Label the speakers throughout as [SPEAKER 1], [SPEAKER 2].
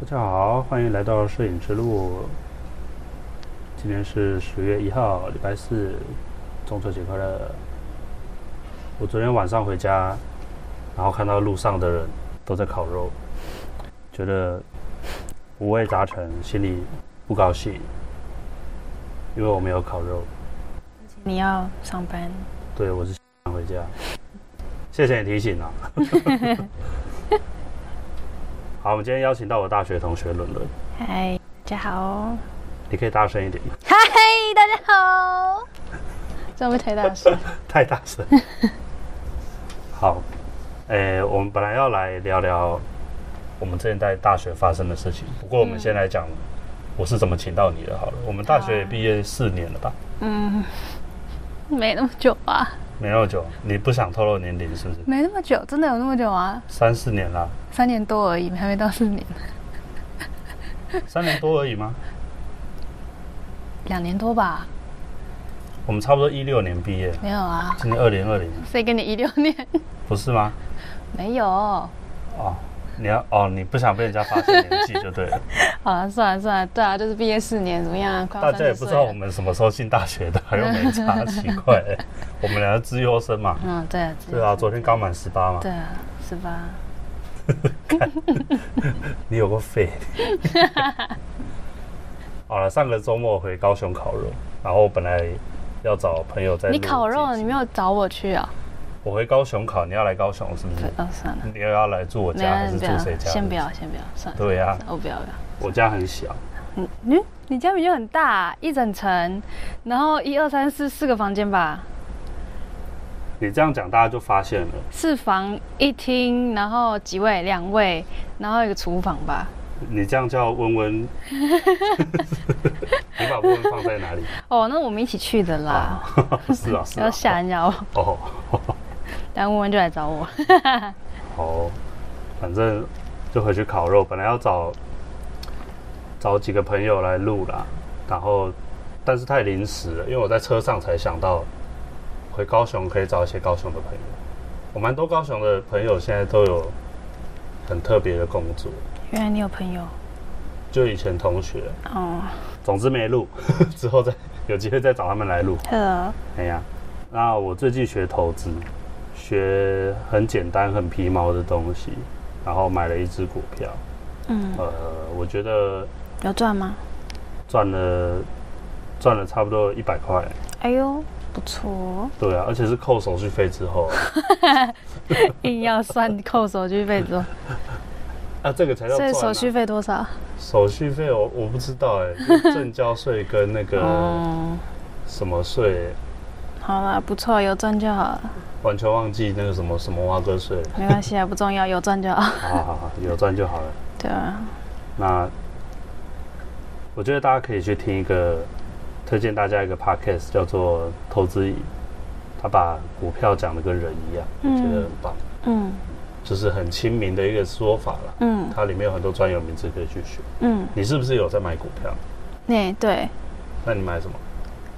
[SPEAKER 1] 大家好，欢迎来到摄影之路。今天是十月一号，礼拜四，中秋节快乐。我昨天晚上回家，然后看到路上的人都在烤肉，觉得五味杂陈，心里不高兴，因为我没有烤肉。
[SPEAKER 2] 你要上班，
[SPEAKER 1] 对，我是想回家。谢谢你提醒啊。好，我们今天邀请到我大学同学伦伦，
[SPEAKER 2] 嗨，大家好，
[SPEAKER 1] 你可以大声一点吗，
[SPEAKER 2] 嗨，大家好，这会不会太大声？
[SPEAKER 1] 太大声。好，诶、我们本来要来聊聊我们之前在大学发生的事情，不过我们先来讲我是怎么请到你的好了。我们大学毕业四年了吧？
[SPEAKER 2] 嗯，没那么久吧？
[SPEAKER 1] 没有久，你不想透露年龄是不是？
[SPEAKER 2] 没那么久，真的有那么久啊？
[SPEAKER 1] 三四年啦，
[SPEAKER 2] 三年多而已，还没到四年，
[SPEAKER 1] 三年多而已吗？
[SPEAKER 2] 两年多吧？
[SPEAKER 1] 我们差不多一六年毕业，
[SPEAKER 2] 没有啊？
[SPEAKER 1] 今年二零二零，
[SPEAKER 2] 谁跟你一六年？
[SPEAKER 1] 不是吗？
[SPEAKER 2] 没有，好
[SPEAKER 1] 哦，你要哦，你不想被人家发现年纪就对了。
[SPEAKER 2] 了，算了算了，对啊，就是毕业四年，怎么样？快要
[SPEAKER 1] 大家也
[SPEAKER 2] 30
[SPEAKER 1] 不
[SPEAKER 2] 岁
[SPEAKER 1] 知道
[SPEAKER 2] 了
[SPEAKER 1] 我们什么时候进大学的，又没差，奇怪、欸。我们俩是资优生嘛，
[SPEAKER 2] 嗯，对啊，
[SPEAKER 1] 对啊，昨天刚满十八嘛。
[SPEAKER 2] 对啊，是吧？
[SPEAKER 1] 你有个 肺。好了，上个周末回高雄烤肉，然后本来要找朋友在
[SPEAKER 2] 你烤肉，
[SPEAKER 1] 你
[SPEAKER 2] 你没有找我去啊？
[SPEAKER 1] 我回高雄烤，你要来高雄是不
[SPEAKER 2] 对
[SPEAKER 1] 是？，
[SPEAKER 2] 哦，算了，
[SPEAKER 1] 你又要来住我家还是住
[SPEAKER 2] 不要，
[SPEAKER 1] 谁家？
[SPEAKER 2] 先不要，先不要，算了。
[SPEAKER 1] 对啊呀、
[SPEAKER 2] 我不要不要。
[SPEAKER 1] 我家很小，
[SPEAKER 2] 嗯，嗯你家比较很大、啊一整层，然后一二三四四个房间吧，
[SPEAKER 1] 你这样讲大家就发现了。
[SPEAKER 2] 四房一厅，然后几位两位，然后一个厨房吧。
[SPEAKER 1] 你这样叫温温， 你把温温放在哪里？
[SPEAKER 2] 哦，那我们一起去的啦，
[SPEAKER 1] 是啊，是
[SPEAKER 2] 不要
[SPEAKER 1] 啊。
[SPEAKER 2] 吓人家哦。
[SPEAKER 1] 哦，
[SPEAKER 2] 然后文文就来找我，
[SPEAKER 1] 好，反正就回去烤肉。本来要找找几个朋友来录啦，然后但是太临时了，因为我在车上才想到回高雄可以找一些高雄的朋友。我蛮多高雄的朋友现在都有很特别的工作，
[SPEAKER 2] 原来你有朋友
[SPEAKER 1] 就以前同学，
[SPEAKER 2] 哦。
[SPEAKER 1] 总之没录， 之后再有机会再找他们来录。
[SPEAKER 2] Hello，
[SPEAKER 1] 哎呀，那我最近学投资，学很简单、很皮毛的东西，然后买了一只股票。
[SPEAKER 2] 嗯，
[SPEAKER 1] 呃，我觉得
[SPEAKER 2] 有赚吗？
[SPEAKER 1] 赚了赚了差不多一百块，
[SPEAKER 2] 哎呦，不错哦，
[SPEAKER 1] 对啊，而且是扣手续费之 后
[SPEAKER 2] 硬要算扣手续费 多，
[SPEAKER 1] 啊，这个才叫
[SPEAKER 2] 所
[SPEAKER 1] 赚、
[SPEAKER 2] 以
[SPEAKER 1] 啊。
[SPEAKER 2] 手续费多少？
[SPEAKER 1] 手续费我我不知道哎、 就证交税跟那个
[SPEAKER 2] 哦，
[SPEAKER 1] 什么税，
[SPEAKER 2] 好啦，不错，有赚就好了，
[SPEAKER 1] 完全忘记那个什么什么蛙哥税。
[SPEAKER 2] 没关系啊，不重要，有赚就好。
[SPEAKER 1] 好好好，有赚就好了。
[SPEAKER 2] 对啊，
[SPEAKER 1] 那我觉得大家可以去听一个，推荐大家一个 podcast 叫做《投资瘾》，他把股票讲的跟人一样，我觉得很棒，
[SPEAKER 2] 嗯
[SPEAKER 1] 就是很亲民的一个说法啦。
[SPEAKER 2] 嗯。
[SPEAKER 1] 它里面有很多专有名词可以去学。
[SPEAKER 2] 嗯，
[SPEAKER 1] 你是不是有在买股票？
[SPEAKER 2] 那对，
[SPEAKER 1] 那你买什么？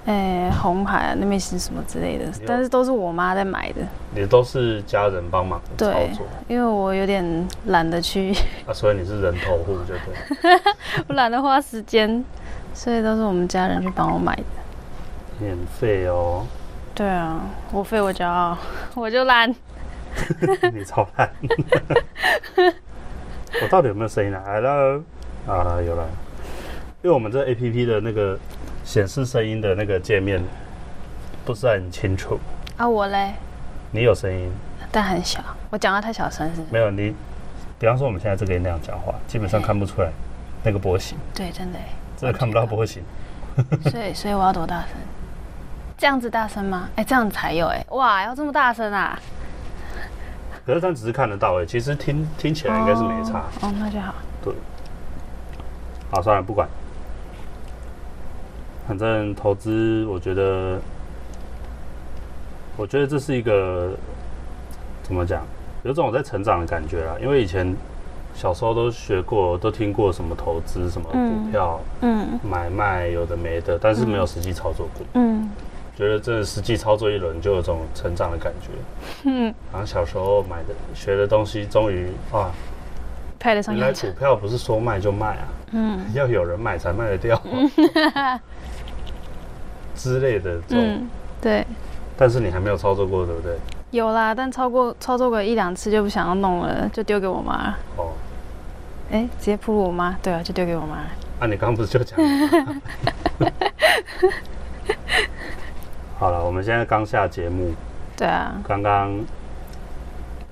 [SPEAKER 2] 诶、红海、啊、那边是什么之类的
[SPEAKER 1] 有，
[SPEAKER 2] 但是都是我妈在买的，
[SPEAKER 1] 你都是家人帮忙操
[SPEAKER 2] 对
[SPEAKER 1] 作，
[SPEAKER 2] 因为我有点懒得去，
[SPEAKER 1] 啊，所以你是人头户，就对了。
[SPEAKER 2] 我懒得花时间，所以都是我们家人去帮我买的。
[SPEAKER 1] 免费哦，
[SPEAKER 2] 对啊，我废我骄傲，我就懒。
[SPEAKER 1] 你超烂。 我到底有没有声音啊？Hello，啊，有了。因为我们这 A P P 的那个显示声音的那个界面不是很清楚。
[SPEAKER 2] 啊，我嘞，
[SPEAKER 1] 你有声音
[SPEAKER 2] 但很小，我讲话太小声是不是？
[SPEAKER 1] 没有？你比方说我们现在这个那样讲话，基本上看不出来那个波形，
[SPEAKER 2] 对，真的耶，
[SPEAKER 1] 真的看不到波形。
[SPEAKER 2] 所以所以我要多大声？这样子大声吗？哎、这样才有哎，哇，要这么大声啊？
[SPEAKER 1] 可是但只是看得到哎、其实听听起啊来应该是没差。
[SPEAKER 2] 哦，那就好。
[SPEAKER 1] 好，算了，不管。反正投资，我觉得，我觉得这是一个怎么讲，有种我在成长的感觉啦。啊因为以前小时候都学过，都听过什么投资、什么股
[SPEAKER 2] 嗯
[SPEAKER 1] 票、
[SPEAKER 2] 嗯
[SPEAKER 1] 买卖，有的没的，但是没有实际操作过。
[SPEAKER 2] 嗯
[SPEAKER 1] 觉得真的实际操作一轮，就有种成长的感觉。
[SPEAKER 2] 嗯，
[SPEAKER 1] 然后小时候买的学的东西，终于啊，
[SPEAKER 2] 配得上
[SPEAKER 1] 原来
[SPEAKER 2] 用场
[SPEAKER 1] 股。票不是说卖就卖啊，
[SPEAKER 2] 嗯
[SPEAKER 1] 要有人买才卖得 掉之类的这种。
[SPEAKER 2] 嗯，对，
[SPEAKER 1] 但是你还没有操作过，对不对？
[SPEAKER 2] 有啦，但超过操作个一两次就不想要弄了，就丢给我妈了。
[SPEAKER 1] 哦，
[SPEAKER 2] 哎、直接扑入我妈，对啊，就丢给我妈了。
[SPEAKER 1] 那、啊你刚刚不是就讲？ 好了，我们现在刚下节目，
[SPEAKER 2] 对啊，
[SPEAKER 1] 刚刚，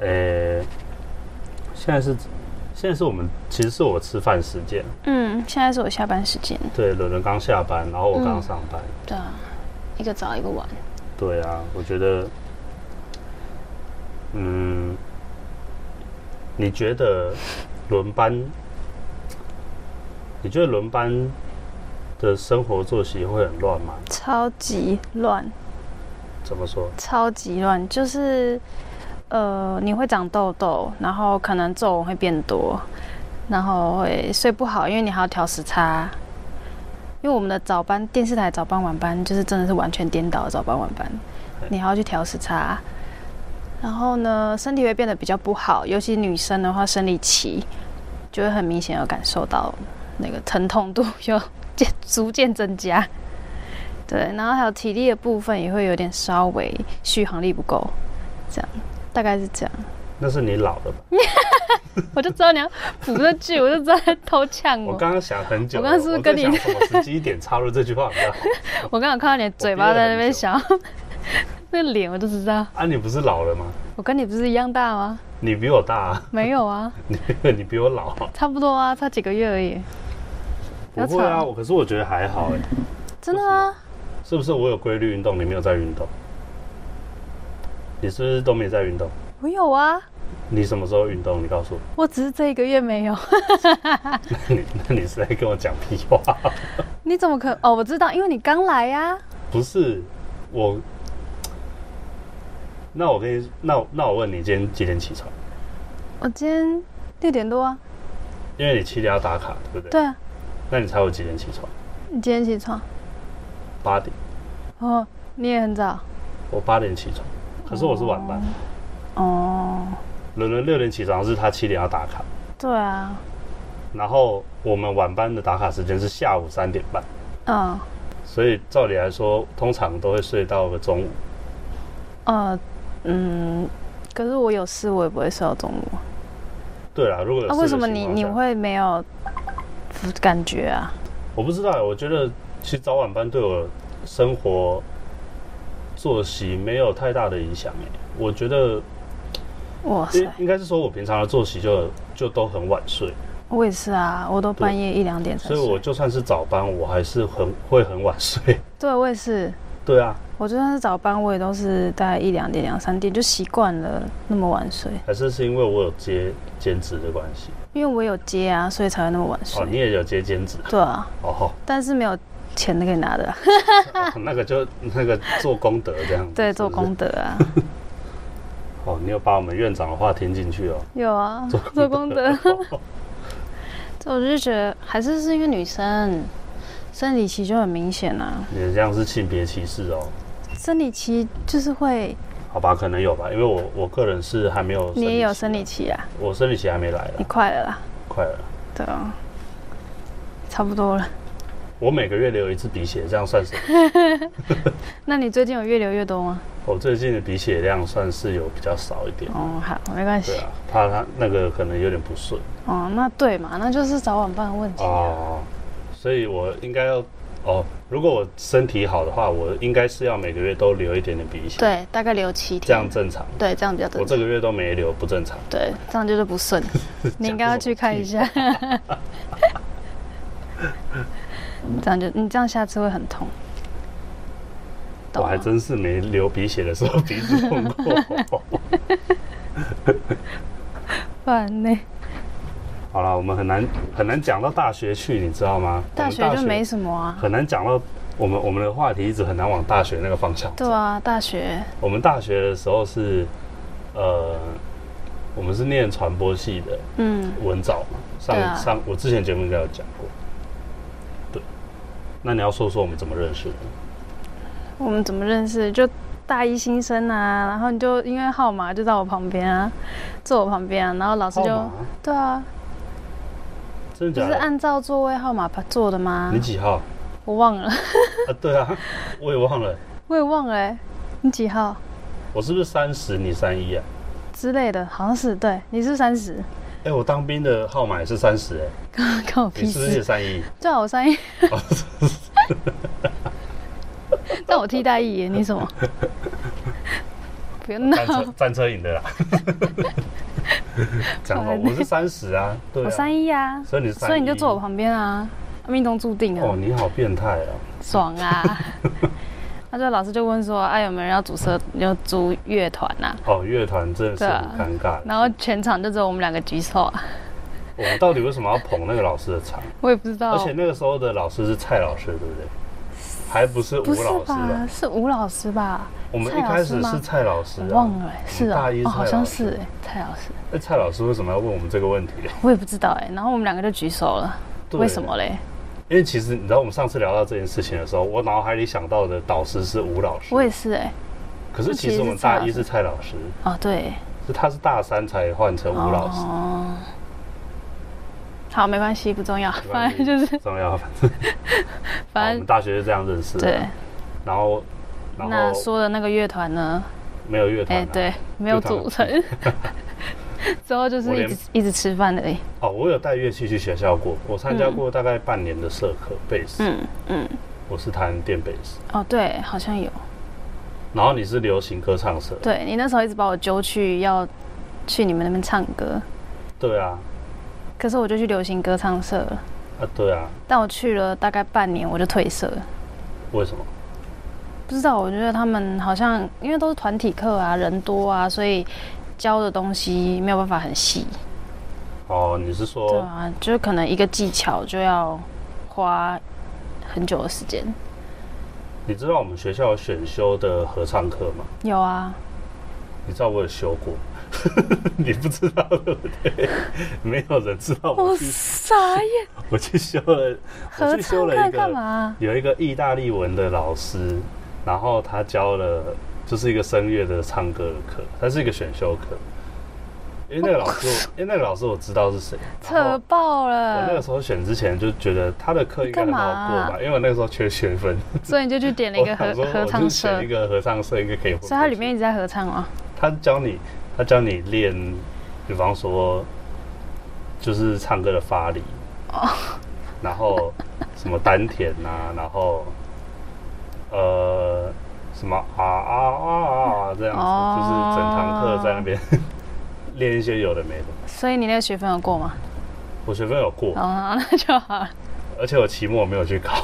[SPEAKER 1] 呃，现在是现在是我们其实是我吃饭时间，
[SPEAKER 2] 嗯，现在是我下班时间。
[SPEAKER 1] 对，伦伦刚下班，然后我刚
[SPEAKER 2] 嗯
[SPEAKER 1] 上班，
[SPEAKER 2] 对啊，一个早一个晚。
[SPEAKER 1] 对啊，我觉得，嗯，你觉得轮班？你觉得轮班的生活作息会很乱吗？
[SPEAKER 2] 超级乱，
[SPEAKER 1] 怎么说？
[SPEAKER 2] 超级乱，就是呃，你会长痘痘，然后可能皱纹会变多，然后会睡不好，因为你还要调时差。因为我们的早班电视台早班晚班就是真的是完全颠倒的早班晚班，你还要去调时差。然后呢，身体会变得比较不好，尤其女生的话，生理期就会很明显有感受到那个疼痛度有渐逐渐增加。对，然后还有体力的部分也会有点稍微续航力不够，这样大概是这样。
[SPEAKER 1] 那是你老了吧？
[SPEAKER 2] 我就知道你要补这句，我就知道在偷呛我。
[SPEAKER 1] 我
[SPEAKER 2] 我
[SPEAKER 1] 刚刚想很久了，
[SPEAKER 2] 我刚刚是不是跟你
[SPEAKER 1] 我在想 什么时机点插入这句话？你知道吗
[SPEAKER 2] 刚好看到你的嘴巴在那边想， 那个脸我就知道。
[SPEAKER 1] 啊，你不是老了吗？
[SPEAKER 2] 我跟你不是一样大吗？
[SPEAKER 1] 你比我大、啊，
[SPEAKER 2] 没有啊，
[SPEAKER 1] 你你比我老、啊。
[SPEAKER 2] 差不多啊，差几个月而已。
[SPEAKER 1] 不会啊，我可是我觉得还好哎、
[SPEAKER 2] 真的吗？
[SPEAKER 1] 是不是我有规律运动，你没有在运动？你是不是都没在运动？
[SPEAKER 2] 我有啊，
[SPEAKER 1] 你什么时候运动？你告诉我，
[SPEAKER 2] 我只是这一个月没有。
[SPEAKER 1] 你那你是在跟我讲屁话？
[SPEAKER 2] 你怎么可？哦，我知道，因为你刚来啊呀、
[SPEAKER 1] 不是我。那我跟你，那我那我问你，今天几点起床？
[SPEAKER 2] 我今天六点多啊。
[SPEAKER 1] 因为你七点要打卡，对不对？
[SPEAKER 2] 对啊，
[SPEAKER 1] 那你猜我几点起床？
[SPEAKER 2] 你今天起床
[SPEAKER 1] 八点，
[SPEAKER 2] 哦，你也很早
[SPEAKER 1] 我八点起床，可是我是晚班。
[SPEAKER 2] 哦。
[SPEAKER 1] 伦伦六点起床是他七点要打卡，
[SPEAKER 2] 对啊，
[SPEAKER 1] 然后我们晚班的打卡时间是下午三点半。
[SPEAKER 2] 嗯
[SPEAKER 1] 所以照理来说，通常都会睡到个中午。
[SPEAKER 2] 呃嗯，可是我有事，我也不会睡到中午。
[SPEAKER 1] 对啦，如果有
[SPEAKER 2] 啊，
[SPEAKER 1] 事的
[SPEAKER 2] 为什么
[SPEAKER 1] 情
[SPEAKER 2] 你
[SPEAKER 1] 况
[SPEAKER 2] 你
[SPEAKER 1] 下？
[SPEAKER 2] 会没有感觉啊？
[SPEAKER 1] 我不知道，我觉得其实早晚班对我生活作息没有太大的影响诶。我觉得
[SPEAKER 2] 哇
[SPEAKER 1] 应
[SPEAKER 2] 塞，
[SPEAKER 1] 应该是说我平常的作息就就都很晚睡，
[SPEAKER 2] 我也是啊，我都半夜一两点才
[SPEAKER 1] 所
[SPEAKER 2] 睡。
[SPEAKER 1] 以我就算是早班，我还是很会很晚睡。
[SPEAKER 2] 对我也是，
[SPEAKER 1] 对啊，
[SPEAKER 2] 我就算是早班，我也都是大概一两点、两三点就习惯了那么晚睡，
[SPEAKER 1] 还是是因为我有接兼职的关系。
[SPEAKER 2] 因为我有接啊，所以才会那么晚睡。
[SPEAKER 1] 哦，你也有接兼职
[SPEAKER 2] 对啊，
[SPEAKER 1] 哦，
[SPEAKER 2] 但是没有钱可以拿的啊，
[SPEAKER 1] 那个就那个做功德这样子。
[SPEAKER 2] 对，
[SPEAKER 1] 是
[SPEAKER 2] 做
[SPEAKER 1] 不是
[SPEAKER 2] 功德啊，
[SPEAKER 1] 哦，你有把我们院长的话听进去哦。
[SPEAKER 2] 有啊，做功德。 这我就觉得还是是因为女生生理期就很明显啊，
[SPEAKER 1] 你这样是性别歧视哦？
[SPEAKER 2] 生理期就是会，
[SPEAKER 1] 好吧，可能有吧，因为我我个人是还没有。
[SPEAKER 2] 你也有生理，期啊，
[SPEAKER 1] 我生理期啊还没来
[SPEAKER 2] 你
[SPEAKER 1] 啦，
[SPEAKER 2] 快了啦，
[SPEAKER 1] 快了。
[SPEAKER 2] 对啊，差不多了。
[SPEAKER 1] 我每个月流一次鼻血，这样算 什么？
[SPEAKER 2] 那你最近有越流越多吗？
[SPEAKER 1] 我最近的鼻血量算是有比较少一点，
[SPEAKER 2] 哦，好，没关系
[SPEAKER 1] 对。啊，怕它那个可能有点不顺
[SPEAKER 2] 哦，那对嘛，那就是早晚办的问题啊。
[SPEAKER 1] 哦，所以我应该要哦，如果我身体好的话，我应该是要每个月都流一点点鼻血，，
[SPEAKER 2] 对，大概流七天。
[SPEAKER 1] 这样正常。
[SPEAKER 2] 对，这样比较正
[SPEAKER 1] 我
[SPEAKER 2] 常。
[SPEAKER 1] 这个月都没流，不正常。
[SPEAKER 2] 对，这样就是 不顺。你应该要去看一下。 这样就你这样下次会很痛。
[SPEAKER 1] 我
[SPEAKER 2] 懂
[SPEAKER 1] 还
[SPEAKER 2] 吗
[SPEAKER 1] 真是没流鼻血的时候鼻子痛 过。
[SPEAKER 2] 不然呢？
[SPEAKER 1] 好了，我们很难很难讲到大学去，你知道吗？
[SPEAKER 2] 大
[SPEAKER 1] 我
[SPEAKER 2] 学
[SPEAKER 1] 们
[SPEAKER 2] 就没什么啊。
[SPEAKER 1] 很难讲到我们我们的话题一直很难往大学那个方向。
[SPEAKER 2] 对啊，大学
[SPEAKER 1] 我们大学的时候是，呃，我们是念传播系的
[SPEAKER 2] 嗯，
[SPEAKER 1] 文藻嘛，上、
[SPEAKER 2] 对啊
[SPEAKER 1] 上我之前节目应该有讲过。对，那你要说说我们怎么认识的？
[SPEAKER 2] 我们怎么认识？就大一新生啊，然后你就因为号码就在我旁边啊，坐我旁边啊，然后老师就
[SPEAKER 1] 号码
[SPEAKER 2] 对啊，
[SPEAKER 1] 真的
[SPEAKER 2] 就
[SPEAKER 1] 假
[SPEAKER 2] 是
[SPEAKER 1] 的？
[SPEAKER 2] 按啊照座位号码做的吗
[SPEAKER 1] 你？几号？
[SPEAKER 2] 我忘了，
[SPEAKER 1] 啊，对啊， 我也忘了，
[SPEAKER 2] 我也忘了、欸，你几号
[SPEAKER 1] 我是不是三十？你三一啊？
[SPEAKER 2] 之类的，好像是对，你是三十，
[SPEAKER 1] 哎、我当兵的号码也是三十，哎，
[SPEAKER 2] 关关我
[SPEAKER 1] 你
[SPEAKER 2] 屁
[SPEAKER 1] 是不是也哦
[SPEAKER 2] 事。
[SPEAKER 1] 三 一？
[SPEAKER 2] 对啊，我三一， 但我替代役耶，你什么？不要闹
[SPEAKER 1] 战，车战车营的啦， 讲好，我是三十啊，对
[SPEAKER 2] 我
[SPEAKER 1] 啊，
[SPEAKER 2] 三一啊，
[SPEAKER 1] 所以你是三一，
[SPEAKER 2] 所以你就坐我旁边啊，命中注定啊。
[SPEAKER 1] 哦，你好变态啊！
[SPEAKER 2] 爽啊！ 他就老师就问说，哎、有没有人要组社，要组乐团呐？
[SPEAKER 1] 哦，乐团真的是
[SPEAKER 2] 对
[SPEAKER 1] 很
[SPEAKER 2] 啊
[SPEAKER 1] 尴尬。
[SPEAKER 2] 然后全场就只有我们两个举手啊，
[SPEAKER 1] 我们到底为什么要捧那个老师的 场？
[SPEAKER 2] 我也不知道
[SPEAKER 1] 而，且那个时候的老师是蔡老师，对不对？还不是吴
[SPEAKER 2] 不是
[SPEAKER 1] 老师啊
[SPEAKER 2] 吧
[SPEAKER 1] 的。？
[SPEAKER 2] 是吴老师吧？
[SPEAKER 1] 我们
[SPEAKER 2] 蔡
[SPEAKER 1] 一
[SPEAKER 2] 老
[SPEAKER 1] 开
[SPEAKER 2] 师
[SPEAKER 1] 始
[SPEAKER 2] 吗
[SPEAKER 1] 是蔡老师
[SPEAKER 2] 我
[SPEAKER 1] 啊。
[SPEAKER 2] 忘了、欸，是啊、
[SPEAKER 1] 大一
[SPEAKER 2] 哦，
[SPEAKER 1] 蔡
[SPEAKER 2] 好像
[SPEAKER 1] 老师
[SPEAKER 2] 是、欸、蔡老师，
[SPEAKER 1] 那蔡老师为什么要问我们这个 问题？
[SPEAKER 2] 我也不知道哎、然后我们两个就举手了，
[SPEAKER 1] 对
[SPEAKER 2] 为什么嘞？
[SPEAKER 1] 因为其实你知道，我们上次聊到这件事情的时候，我脑海里想到的导师是吴老师。
[SPEAKER 2] 我也是哎、
[SPEAKER 1] 可是其实我们大一是蔡老师，
[SPEAKER 2] 哦对，
[SPEAKER 1] 是他是大三才换成吴老师，
[SPEAKER 2] 哦，好，没关系，不重要，
[SPEAKER 1] 没关
[SPEAKER 2] 反
[SPEAKER 1] 系
[SPEAKER 2] 正就是
[SPEAKER 1] 重要。反正我
[SPEAKER 2] 反
[SPEAKER 1] 们
[SPEAKER 2] 正
[SPEAKER 1] 大学是这样认识的。
[SPEAKER 2] 对。
[SPEAKER 1] 然后，然
[SPEAKER 2] 那
[SPEAKER 1] 后
[SPEAKER 2] 说的那个乐团呢？
[SPEAKER 1] 没有乐团、
[SPEAKER 2] 哎、
[SPEAKER 1] 啊。
[SPEAKER 2] 对，没有组成。 之后就是
[SPEAKER 1] 我
[SPEAKER 2] 一
[SPEAKER 1] 连
[SPEAKER 2] 直一直吃饭而已。
[SPEAKER 1] 哦，我有带乐器去学校过，我参加过大概半年的社课贝斯，
[SPEAKER 2] 嗯嗯，
[SPEAKER 1] 我是弹电贝斯，
[SPEAKER 2] 哦对，好像有。
[SPEAKER 1] 然后你是流行歌唱社，
[SPEAKER 2] 对你那时候一直把我揪去要去你们那边唱歌，
[SPEAKER 1] 对啊，
[SPEAKER 2] 可是我就去流行歌唱社了。
[SPEAKER 1] 啊对啊，
[SPEAKER 2] 但我去了大概半年，我就退社了。
[SPEAKER 1] 为什么？
[SPEAKER 2] 不知道，我觉得他们好像因为都是团体课啊，人多啊，所以教的东西没有办法很细。
[SPEAKER 1] 哦，你是
[SPEAKER 2] 对
[SPEAKER 1] 说
[SPEAKER 2] 啊，就是可能一个技巧就要花很久的时间。
[SPEAKER 1] 你知道我们学校有选修的合唱课吗？
[SPEAKER 2] 有啊，
[SPEAKER 1] 你知道我有修过， 你不知道对不对？ 没有人知道我
[SPEAKER 2] 我
[SPEAKER 1] 去
[SPEAKER 2] 傻眼，
[SPEAKER 1] 我去修了， 我
[SPEAKER 2] 合
[SPEAKER 1] 去
[SPEAKER 2] 唱
[SPEAKER 1] 修了
[SPEAKER 2] 课
[SPEAKER 1] 一
[SPEAKER 2] 干
[SPEAKER 1] 个
[SPEAKER 2] 嘛？
[SPEAKER 1] 有一个意大利文的老师，然后他教了就是一个声乐的唱歌的课，它是一个选修课。因为那个老师我，因为那个老师我知道是谁。然
[SPEAKER 2] 扯
[SPEAKER 1] 后哦
[SPEAKER 2] 爆
[SPEAKER 1] 我那个
[SPEAKER 2] 了，
[SPEAKER 1] 时候选之前就觉得他的课应该很好过
[SPEAKER 2] 干
[SPEAKER 1] 吧，
[SPEAKER 2] 嘛
[SPEAKER 1] 因为我那个时候缺学分，
[SPEAKER 2] 所以你就去点了 一
[SPEAKER 1] 我
[SPEAKER 2] 个合
[SPEAKER 1] 想说
[SPEAKER 2] 合
[SPEAKER 1] 我就
[SPEAKER 2] 唱
[SPEAKER 1] 选
[SPEAKER 2] 社
[SPEAKER 1] 一，个合唱社应该可以混过去。
[SPEAKER 2] 所以它里面一直在合唱啊。
[SPEAKER 1] 他教你，他教你练，比方说，就是唱歌的发力，然后什么丹田呐、然后呃什么啊啊啊啊这样子，
[SPEAKER 2] 哦
[SPEAKER 1] 就是整堂课在那边 练一些有的没的。
[SPEAKER 2] 所以你那个学分有过吗？
[SPEAKER 1] 我学分有过，
[SPEAKER 2] 哦，那就好 了，
[SPEAKER 1] 而且我期末没有去考，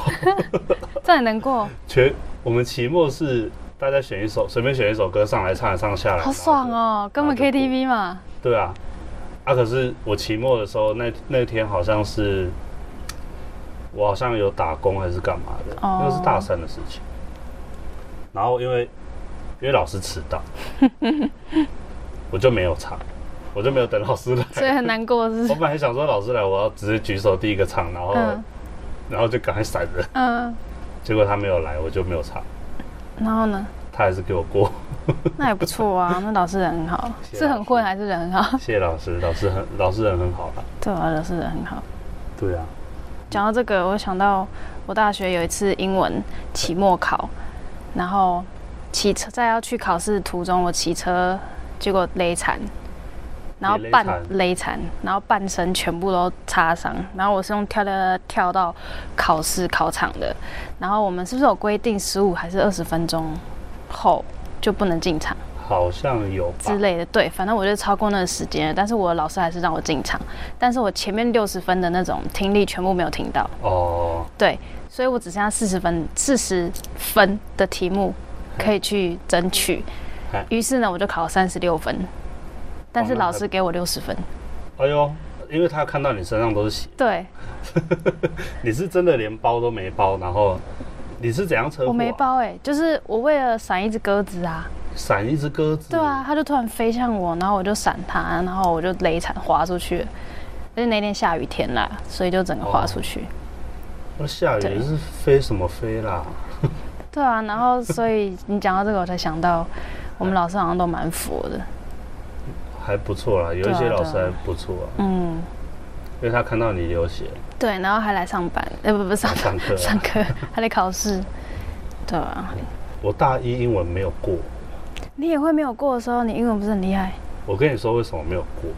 [SPEAKER 2] 这样也能过，
[SPEAKER 1] 全我们期末是大家选一首，随便选一首歌上来唱一唱下来，
[SPEAKER 2] 好 爽哦，根本
[SPEAKER 1] 然后就
[SPEAKER 2] KTV 嘛。
[SPEAKER 1] 对啊，啊，可是我期末的时候，那那天好像是我好像有打工还是干嘛的，
[SPEAKER 2] 哦
[SPEAKER 1] 那个是大三的事情。然后因为因为老师迟 到，我就没有唱，我就没有等老师来。
[SPEAKER 2] 所以很难过，是不
[SPEAKER 1] 我
[SPEAKER 2] 是？
[SPEAKER 1] 本来想说老师来，我要直接举手第一个唱，然后、
[SPEAKER 2] 嗯
[SPEAKER 1] 然后就赶快闪人。
[SPEAKER 2] 嗯，
[SPEAKER 1] 结果他没有来，我就没有唱，
[SPEAKER 2] 然后呢？
[SPEAKER 1] 他还是给我过。
[SPEAKER 2] 那也不错啊，那老师人很好，
[SPEAKER 1] 谢谢
[SPEAKER 2] 是很
[SPEAKER 1] 老师
[SPEAKER 2] 混还是人 很好？
[SPEAKER 1] 谢谢老师，老师很老师人很好啦。
[SPEAKER 2] 对啊，老师人很好。
[SPEAKER 1] 对啊，
[SPEAKER 2] 讲到这个，我想到我大学有一次英文期末考，然后骑车在要去考试途中，我骑车结果勒残，然后
[SPEAKER 1] 你勒
[SPEAKER 2] 半
[SPEAKER 1] 残
[SPEAKER 2] 勒残，然后半身全部都擦伤，然后我是用跳跳跳跳到考试考场的，然后我们是不是有规定十五还是二十分钟后就不能进场？
[SPEAKER 1] 好像有吧
[SPEAKER 2] 之。类的，对，反正我就超过那个时间了，但是我的老师还是让我进场，但是我前面六十分的那种听力全部没有听到，
[SPEAKER 1] 哦，
[SPEAKER 2] 对，所以我只剩下四十分，四十分的题目
[SPEAKER 1] 嗯
[SPEAKER 2] 可以去争取
[SPEAKER 1] 嗨。
[SPEAKER 2] 于是呢，我就考三十六分，但是
[SPEAKER 1] 嗯那
[SPEAKER 2] 老
[SPEAKER 1] 还
[SPEAKER 2] 师给我六十分。
[SPEAKER 1] 哎呦，因为他看到你身上都是血，
[SPEAKER 2] 对，
[SPEAKER 1] 你是真的连包都没包，然后你是怎样车祸、啊？
[SPEAKER 2] 我没，包哎、就是我为了闪一只鸽子啊，
[SPEAKER 1] 闪一只鸽子。
[SPEAKER 2] 对啊，，它就突然飞向我，然后我就闪它，然后我就雷惨滑出去了。而且那天下雨天啦，所以就整个滑
[SPEAKER 1] 哦
[SPEAKER 2] 出去。
[SPEAKER 1] 那下雨
[SPEAKER 2] 对
[SPEAKER 1] 是飞什么飞啦？
[SPEAKER 2] 对啊，然后所以你讲到这个，我才想到我们老师好像都蛮佛的。
[SPEAKER 1] 还不错啦，有
[SPEAKER 2] 对
[SPEAKER 1] 一
[SPEAKER 2] 啊
[SPEAKER 1] 些老师
[SPEAKER 2] 对
[SPEAKER 1] 还
[SPEAKER 2] 啊
[SPEAKER 1] 不错啊。
[SPEAKER 2] 嗯，
[SPEAKER 1] 因为他看到你流血
[SPEAKER 2] 对，然后还来上班， 呃，不不上
[SPEAKER 1] 来上课、
[SPEAKER 2] 上
[SPEAKER 1] 啊。
[SPEAKER 2] 课，还来考试，对啊。
[SPEAKER 1] 我大一英文没有过，
[SPEAKER 2] 你也会没有过的时候，你英文不是很厉害？
[SPEAKER 1] 我跟你说为什么没有过，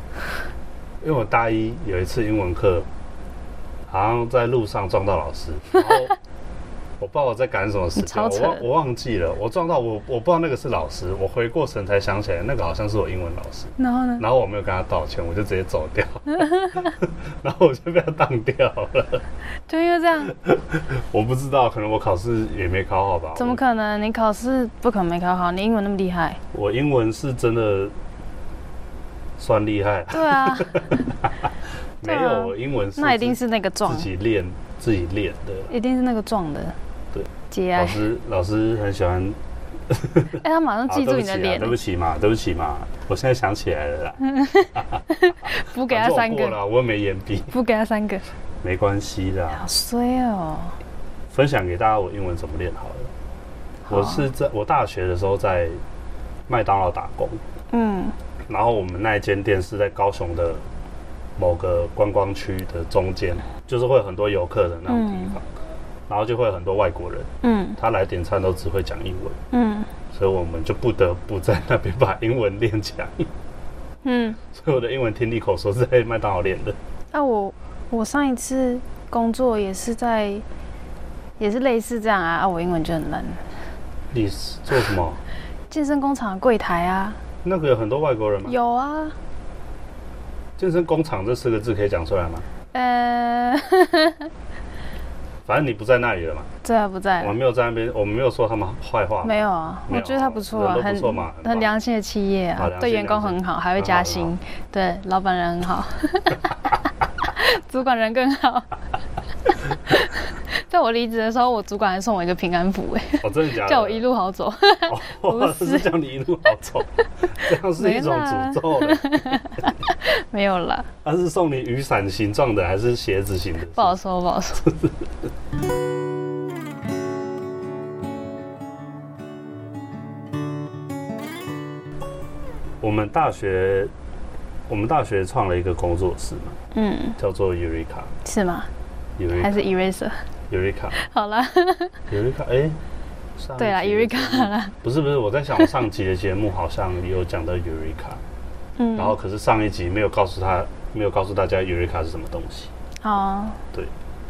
[SPEAKER 1] 因为我大一有一次英文课，好像在路上撞到老师， 然后我不知道我在赶什么时间，
[SPEAKER 2] 超
[SPEAKER 1] 我
[SPEAKER 2] 扯
[SPEAKER 1] 忘我忘记了，我撞到我我不知道那个是老师，我回过神才想起来那个好像是我英文老师，
[SPEAKER 2] 然后呢？
[SPEAKER 1] 然后我没有跟他道歉，我就直接走 掉，然后我就被他当掉了，
[SPEAKER 2] 就因为这样，
[SPEAKER 1] 我不知道，可能我考试也没考好吧，
[SPEAKER 2] 怎么可能？你考试不可能没考好，你英文那么厉害。
[SPEAKER 1] 我？我英文是真的算厉害，
[SPEAKER 2] 对 啊，
[SPEAKER 1] 没
[SPEAKER 2] 对啊
[SPEAKER 1] 有，我英文是
[SPEAKER 2] 那一定
[SPEAKER 1] 自
[SPEAKER 2] 是那个撞
[SPEAKER 1] 自，己练自己练的。
[SPEAKER 2] 一定是那个撞的。
[SPEAKER 1] 对，哦
[SPEAKER 2] 节哀
[SPEAKER 1] 老。师老师很喜欢，
[SPEAKER 2] 哎，他马上
[SPEAKER 1] 啊
[SPEAKER 2] 记
[SPEAKER 1] 对
[SPEAKER 2] 住
[SPEAKER 1] 不
[SPEAKER 2] 你的
[SPEAKER 1] 起 啊，
[SPEAKER 2] 脸
[SPEAKER 1] 对，不起嘛，对不起嘛，我现在想起来了啦，
[SPEAKER 2] 补 给
[SPEAKER 1] 反
[SPEAKER 2] 他
[SPEAKER 1] 正我
[SPEAKER 2] 三
[SPEAKER 1] 过
[SPEAKER 2] 个，
[SPEAKER 1] 了，我又没延毕，
[SPEAKER 2] 补给他三个。
[SPEAKER 1] 没关系啦。
[SPEAKER 2] 好衰哦。
[SPEAKER 1] 分享给大家我英文怎么练好了。
[SPEAKER 2] 好
[SPEAKER 1] 我是在我大学的时候在麦当劳打工，
[SPEAKER 2] 嗯
[SPEAKER 1] 然后我们那一间店是在高雄的某个观光区的中间，就是会有很多游客的那种地方，然后就会有很多外国人，
[SPEAKER 2] 嗯
[SPEAKER 1] 他来点餐都只会讲英文，
[SPEAKER 2] 嗯
[SPEAKER 1] 所以我们就不得不在那边把英文练起来。
[SPEAKER 2] 嗯。
[SPEAKER 1] 所以我的英文听力口说是在麦当劳练的。
[SPEAKER 2] 那、我我上一次工作也是在，也是类似这样啊。啊，我英文就很烂。
[SPEAKER 1] 你是做什 么？
[SPEAKER 2] 健身工厂的柜台啊，
[SPEAKER 1] 那个有很多外国人吗？
[SPEAKER 2] 有啊，
[SPEAKER 1] 健身工厂这四个字可以讲出来吗？
[SPEAKER 2] 呃，
[SPEAKER 1] 反正你不在那里了嘛，
[SPEAKER 2] 这还不在
[SPEAKER 1] 我们没有在那边，我们没有说他们坏话嘛。
[SPEAKER 2] 没有啊，
[SPEAKER 1] 没
[SPEAKER 2] 我
[SPEAKER 1] 有
[SPEAKER 2] 觉得他不错
[SPEAKER 1] 人
[SPEAKER 2] 啊，
[SPEAKER 1] 都不错嘛很
[SPEAKER 2] 很
[SPEAKER 1] 棒
[SPEAKER 2] 很良心的企业
[SPEAKER 1] 好
[SPEAKER 2] 啊
[SPEAKER 1] 良，心
[SPEAKER 2] 对员工很好，还会加
[SPEAKER 1] 很
[SPEAKER 2] 薪
[SPEAKER 1] 好，
[SPEAKER 2] 对老板人很好， 主管人更好。 在我离职的时候，我主管还送我一个平安符，哎，
[SPEAKER 1] 哦，真的假的？
[SPEAKER 2] 叫我一路好走。
[SPEAKER 1] 哦，
[SPEAKER 2] 不是
[SPEAKER 1] 是叫你一路好 走，这样是一种诅咒的。
[SPEAKER 2] 没有啦，
[SPEAKER 1] 他是送你雨伞形状的还是鞋子型的？
[SPEAKER 2] 不好说，不 好说。
[SPEAKER 1] 我们大学，我们大学创了一个工作室嘛，
[SPEAKER 2] 嗯，
[SPEAKER 1] 叫做 Eureka。
[SPEAKER 2] 是吗？还
[SPEAKER 1] Eureka
[SPEAKER 2] 是 eraser？
[SPEAKER 1] Eureka
[SPEAKER 2] 好啦，
[SPEAKER 1] Eureka，哎、上一
[SPEAKER 2] 对啦
[SPEAKER 1] 集的节目
[SPEAKER 2] ，Eureka 啦，
[SPEAKER 1] 不是不是，我在想，我上集的节目好像有讲到 Eureka，
[SPEAKER 2] 嗯，
[SPEAKER 1] 然后可是上一集没有告诉他，没有告诉大家 Eureka 是什么东西。
[SPEAKER 2] 哦，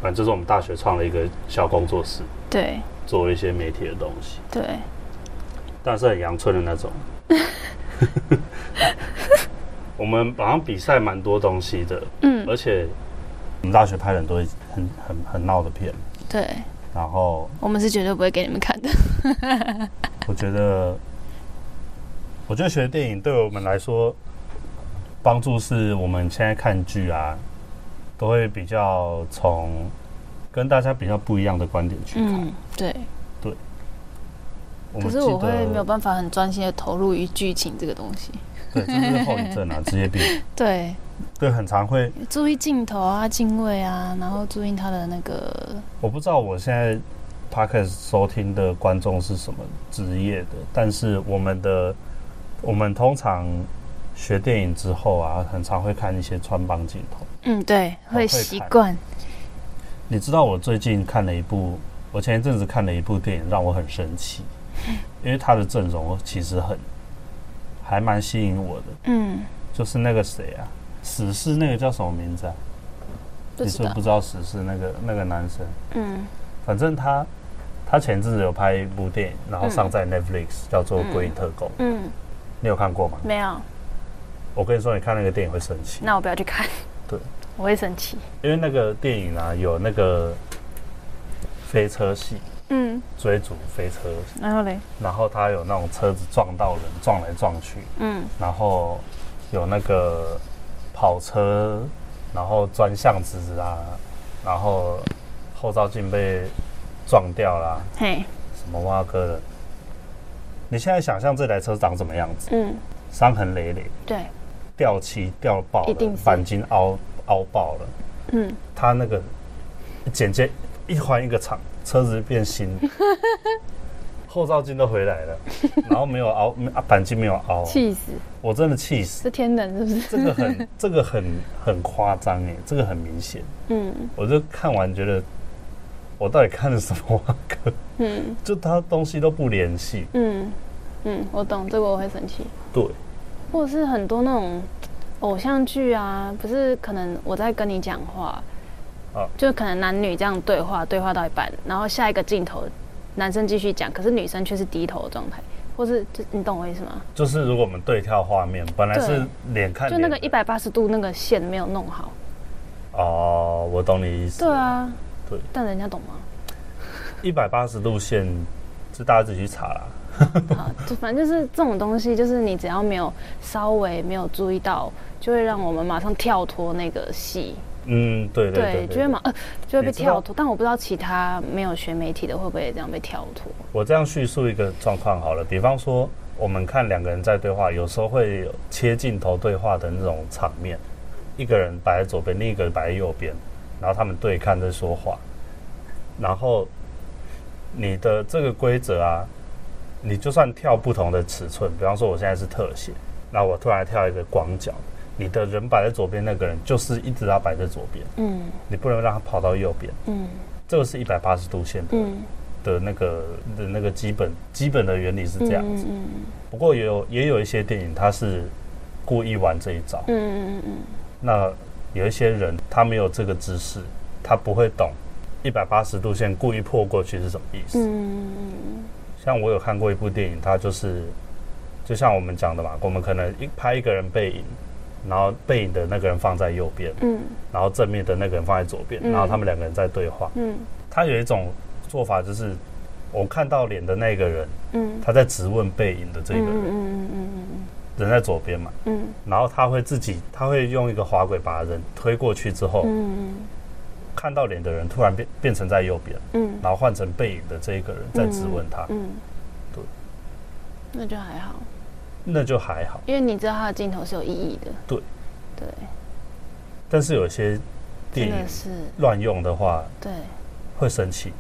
[SPEAKER 1] 反正就是我们大学创了一个小工作室，
[SPEAKER 2] 对
[SPEAKER 1] 做一些媒体的东西，
[SPEAKER 2] 对，
[SPEAKER 1] 但是很阳春的那种。我们好像比赛蛮多东西的，
[SPEAKER 2] 嗯
[SPEAKER 1] 而且我们大学拍了很多很很很闹的片，
[SPEAKER 2] 对，
[SPEAKER 1] 然后
[SPEAKER 2] 我们是绝对不会给你们看的。
[SPEAKER 1] 我觉得，我觉得学电影对我们来说帮助是我们现在看剧啊，都会比较从跟大家比较不一样的观点去看。
[SPEAKER 2] 嗯，对。
[SPEAKER 1] 我
[SPEAKER 2] 可
[SPEAKER 1] 们
[SPEAKER 2] 是
[SPEAKER 1] 记
[SPEAKER 2] 我会
[SPEAKER 1] 得
[SPEAKER 2] 没有办法很专心的投入于剧情这个东西。
[SPEAKER 1] 对，这就是后遗症啊，职业病。
[SPEAKER 2] 对，
[SPEAKER 1] 对，很常会，
[SPEAKER 2] 注意镜头啊、敬畏啊，然后注意他的那个，
[SPEAKER 1] 我不知道我现在 podcast 收听的观众是什么职业的，但是我们的我们通常学电影之后啊，很常会看一些穿帮镜头。
[SPEAKER 2] 嗯，对，
[SPEAKER 1] 哦会
[SPEAKER 2] 会习惯。
[SPEAKER 1] 你知道我最近看了一部，我前一阵子看了一部电影，让我很生 气，因为它的阵容其实很还蛮吸引我的，
[SPEAKER 2] 嗯，
[SPEAKER 1] 就是那个谁啊，死侍那个叫什么名字啊？
[SPEAKER 2] 不
[SPEAKER 1] 你
[SPEAKER 2] 知
[SPEAKER 1] 是不是
[SPEAKER 2] 道
[SPEAKER 1] 不。知道死侍那个那个男生？
[SPEAKER 2] 嗯
[SPEAKER 1] 反正他他前阵子有拍一部电影，然后上在 Netflix，、叫做《鬼影特工》，
[SPEAKER 2] 嗯，
[SPEAKER 1] 你有看过吗？
[SPEAKER 2] 没有，
[SPEAKER 1] 我跟你说，你看那个电影会生气，
[SPEAKER 2] 那我不要去看。
[SPEAKER 1] 对，
[SPEAKER 2] 我会生气。
[SPEAKER 1] 因为那个电影啊有那个飞车戏，
[SPEAKER 2] 嗯，
[SPEAKER 1] 追逐飞车，
[SPEAKER 2] 然后嘞，
[SPEAKER 1] 然后他有那种车子撞到人，撞来撞去，
[SPEAKER 2] 嗯
[SPEAKER 1] 然后有那个跑车，然后钻巷子啦，然后后照镜被撞掉啦，
[SPEAKER 2] 嘿，
[SPEAKER 1] 什么蛙哥的。你现在想象这台车长什么样子？
[SPEAKER 2] 嗯，
[SPEAKER 1] 伤痕累累，
[SPEAKER 2] 对，
[SPEAKER 1] 掉漆掉爆
[SPEAKER 2] 一定
[SPEAKER 1] 了，
[SPEAKER 2] 是
[SPEAKER 1] 钣金凹凹爆了。
[SPEAKER 2] 嗯，
[SPEAKER 1] 它那 个剪接一环一个厂，车子变新，后照镜都回来了，然后没有凹，没啊钣金没有凹，
[SPEAKER 2] 气死！
[SPEAKER 1] 我真的气死。
[SPEAKER 2] 是天冷是不是？
[SPEAKER 1] 这个 很，这个很很夸张哎，这个很明显。
[SPEAKER 2] 嗯
[SPEAKER 1] 我就看完觉得，我到底看了什么蛙哥？
[SPEAKER 2] 嗯
[SPEAKER 1] 就他东西都不联系。
[SPEAKER 2] 嗯嗯，我懂这个我会生气。
[SPEAKER 1] 对，
[SPEAKER 2] 或者是很多那种偶像剧啊，不是可能我在跟你讲话，
[SPEAKER 1] 啊
[SPEAKER 2] 就可能男女这样对话，对话到一半，然后下一个镜头，男生继续讲，可是女生却是低头的状态，或是就你懂我意思吗？
[SPEAKER 1] 就是如果我们对跳画面，本来是脸看
[SPEAKER 2] 就
[SPEAKER 1] 脸
[SPEAKER 2] 那
[SPEAKER 1] 的
[SPEAKER 2] 个一百八十度那个线没有弄好。
[SPEAKER 1] 哦，我懂你意思。
[SPEAKER 2] 对，啊，
[SPEAKER 1] 对
[SPEAKER 2] 但人家懂吗？
[SPEAKER 1] 一百八十度线，这大家自己去查啦。
[SPEAKER 2] 啊，就反正就是这种东西，就是你只要没有稍微没有注意到，就会让我们马上跳脱那个戏。
[SPEAKER 1] 嗯，对对对
[SPEAKER 2] 就会马呃就会被
[SPEAKER 1] 你知道
[SPEAKER 2] 跳脱。但我不知道其他没有学媒体的会不会也这样被跳脱。
[SPEAKER 1] 我这样叙述一个状况好了，比方说我们看两个人在对话，有时候会有切镜头对话的那种场面，一个人摆在左边，另一个摆在右边，然后他们对看在说话，然后你的这个规则啊，你就算跳不同的尺寸，比方说我现在是特写，那我突然跳一个广角，你的人摆在左边那个人就是一直要摆在左边，
[SPEAKER 2] 嗯
[SPEAKER 1] 你不能让他跑到右边，
[SPEAKER 2] 嗯
[SPEAKER 1] 这个是一百八十度线的
[SPEAKER 2] 嗯，
[SPEAKER 1] 的那个的那个基本基本的原理是这样子。
[SPEAKER 2] 嗯
[SPEAKER 1] 不过也有也有一些电影，它是故意玩这一招。
[SPEAKER 2] 嗯嗯嗯
[SPEAKER 1] 那有一些人他没有这个知识，他不会懂一百八十度线故意破过去是什么意思。
[SPEAKER 2] 嗯
[SPEAKER 1] 像我有看过一部电影，它就是就像我们讲的嘛，我们可能一拍一个人背影，然后背影的那个人放在右边，
[SPEAKER 2] 嗯
[SPEAKER 1] 然后正面的那个人放在左边，
[SPEAKER 2] 嗯
[SPEAKER 1] 然后他们两个人在对话。
[SPEAKER 2] 嗯
[SPEAKER 1] 他有一种做法就是，我看到脸的那个人。
[SPEAKER 2] 嗯，
[SPEAKER 1] 他在质问背影的这个
[SPEAKER 2] 嗯
[SPEAKER 1] 人，
[SPEAKER 2] 嗯嗯
[SPEAKER 1] 人在左边嘛，
[SPEAKER 2] 嗯
[SPEAKER 1] 然后他会自己，他会用一个滑轨把人推过去之后，
[SPEAKER 2] 嗯
[SPEAKER 1] 看到脸的人突然变变成在右边，
[SPEAKER 2] 嗯
[SPEAKER 1] 然后换成背影的这一个人在质问他，
[SPEAKER 2] 嗯，，那就还好，
[SPEAKER 1] 那就还好。
[SPEAKER 2] 因为你知道他的镜头是有意义的。对，
[SPEAKER 1] 但是有些电
[SPEAKER 2] 真
[SPEAKER 1] 影
[SPEAKER 2] 的是
[SPEAKER 1] 乱用的话
[SPEAKER 2] 对，
[SPEAKER 1] 会生气，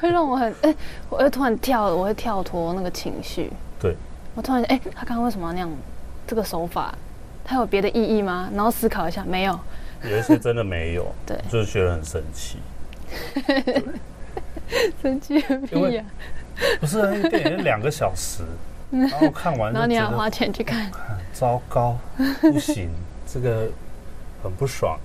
[SPEAKER 2] 会让我很哎、我会突然跳，我会跳脱那个情绪。
[SPEAKER 1] 对，
[SPEAKER 2] 我突然哎、他刚刚为什么要那样？这个手法，他有别的意义吗？然后思考一下，没有。
[SPEAKER 1] 有一些真的没有，
[SPEAKER 2] 对
[SPEAKER 1] 就是觉得很生 气。
[SPEAKER 2] 生气个
[SPEAKER 1] 因
[SPEAKER 2] 屁
[SPEAKER 1] 为
[SPEAKER 2] 呀、
[SPEAKER 1] 不是、啊，那个电影就两个小时，然后看完
[SPEAKER 2] 然后
[SPEAKER 1] 就
[SPEAKER 2] 你
[SPEAKER 1] 觉
[SPEAKER 2] 要
[SPEAKER 1] 得
[SPEAKER 2] 花钱去看，
[SPEAKER 1] 糟糕，不行，这个很不爽。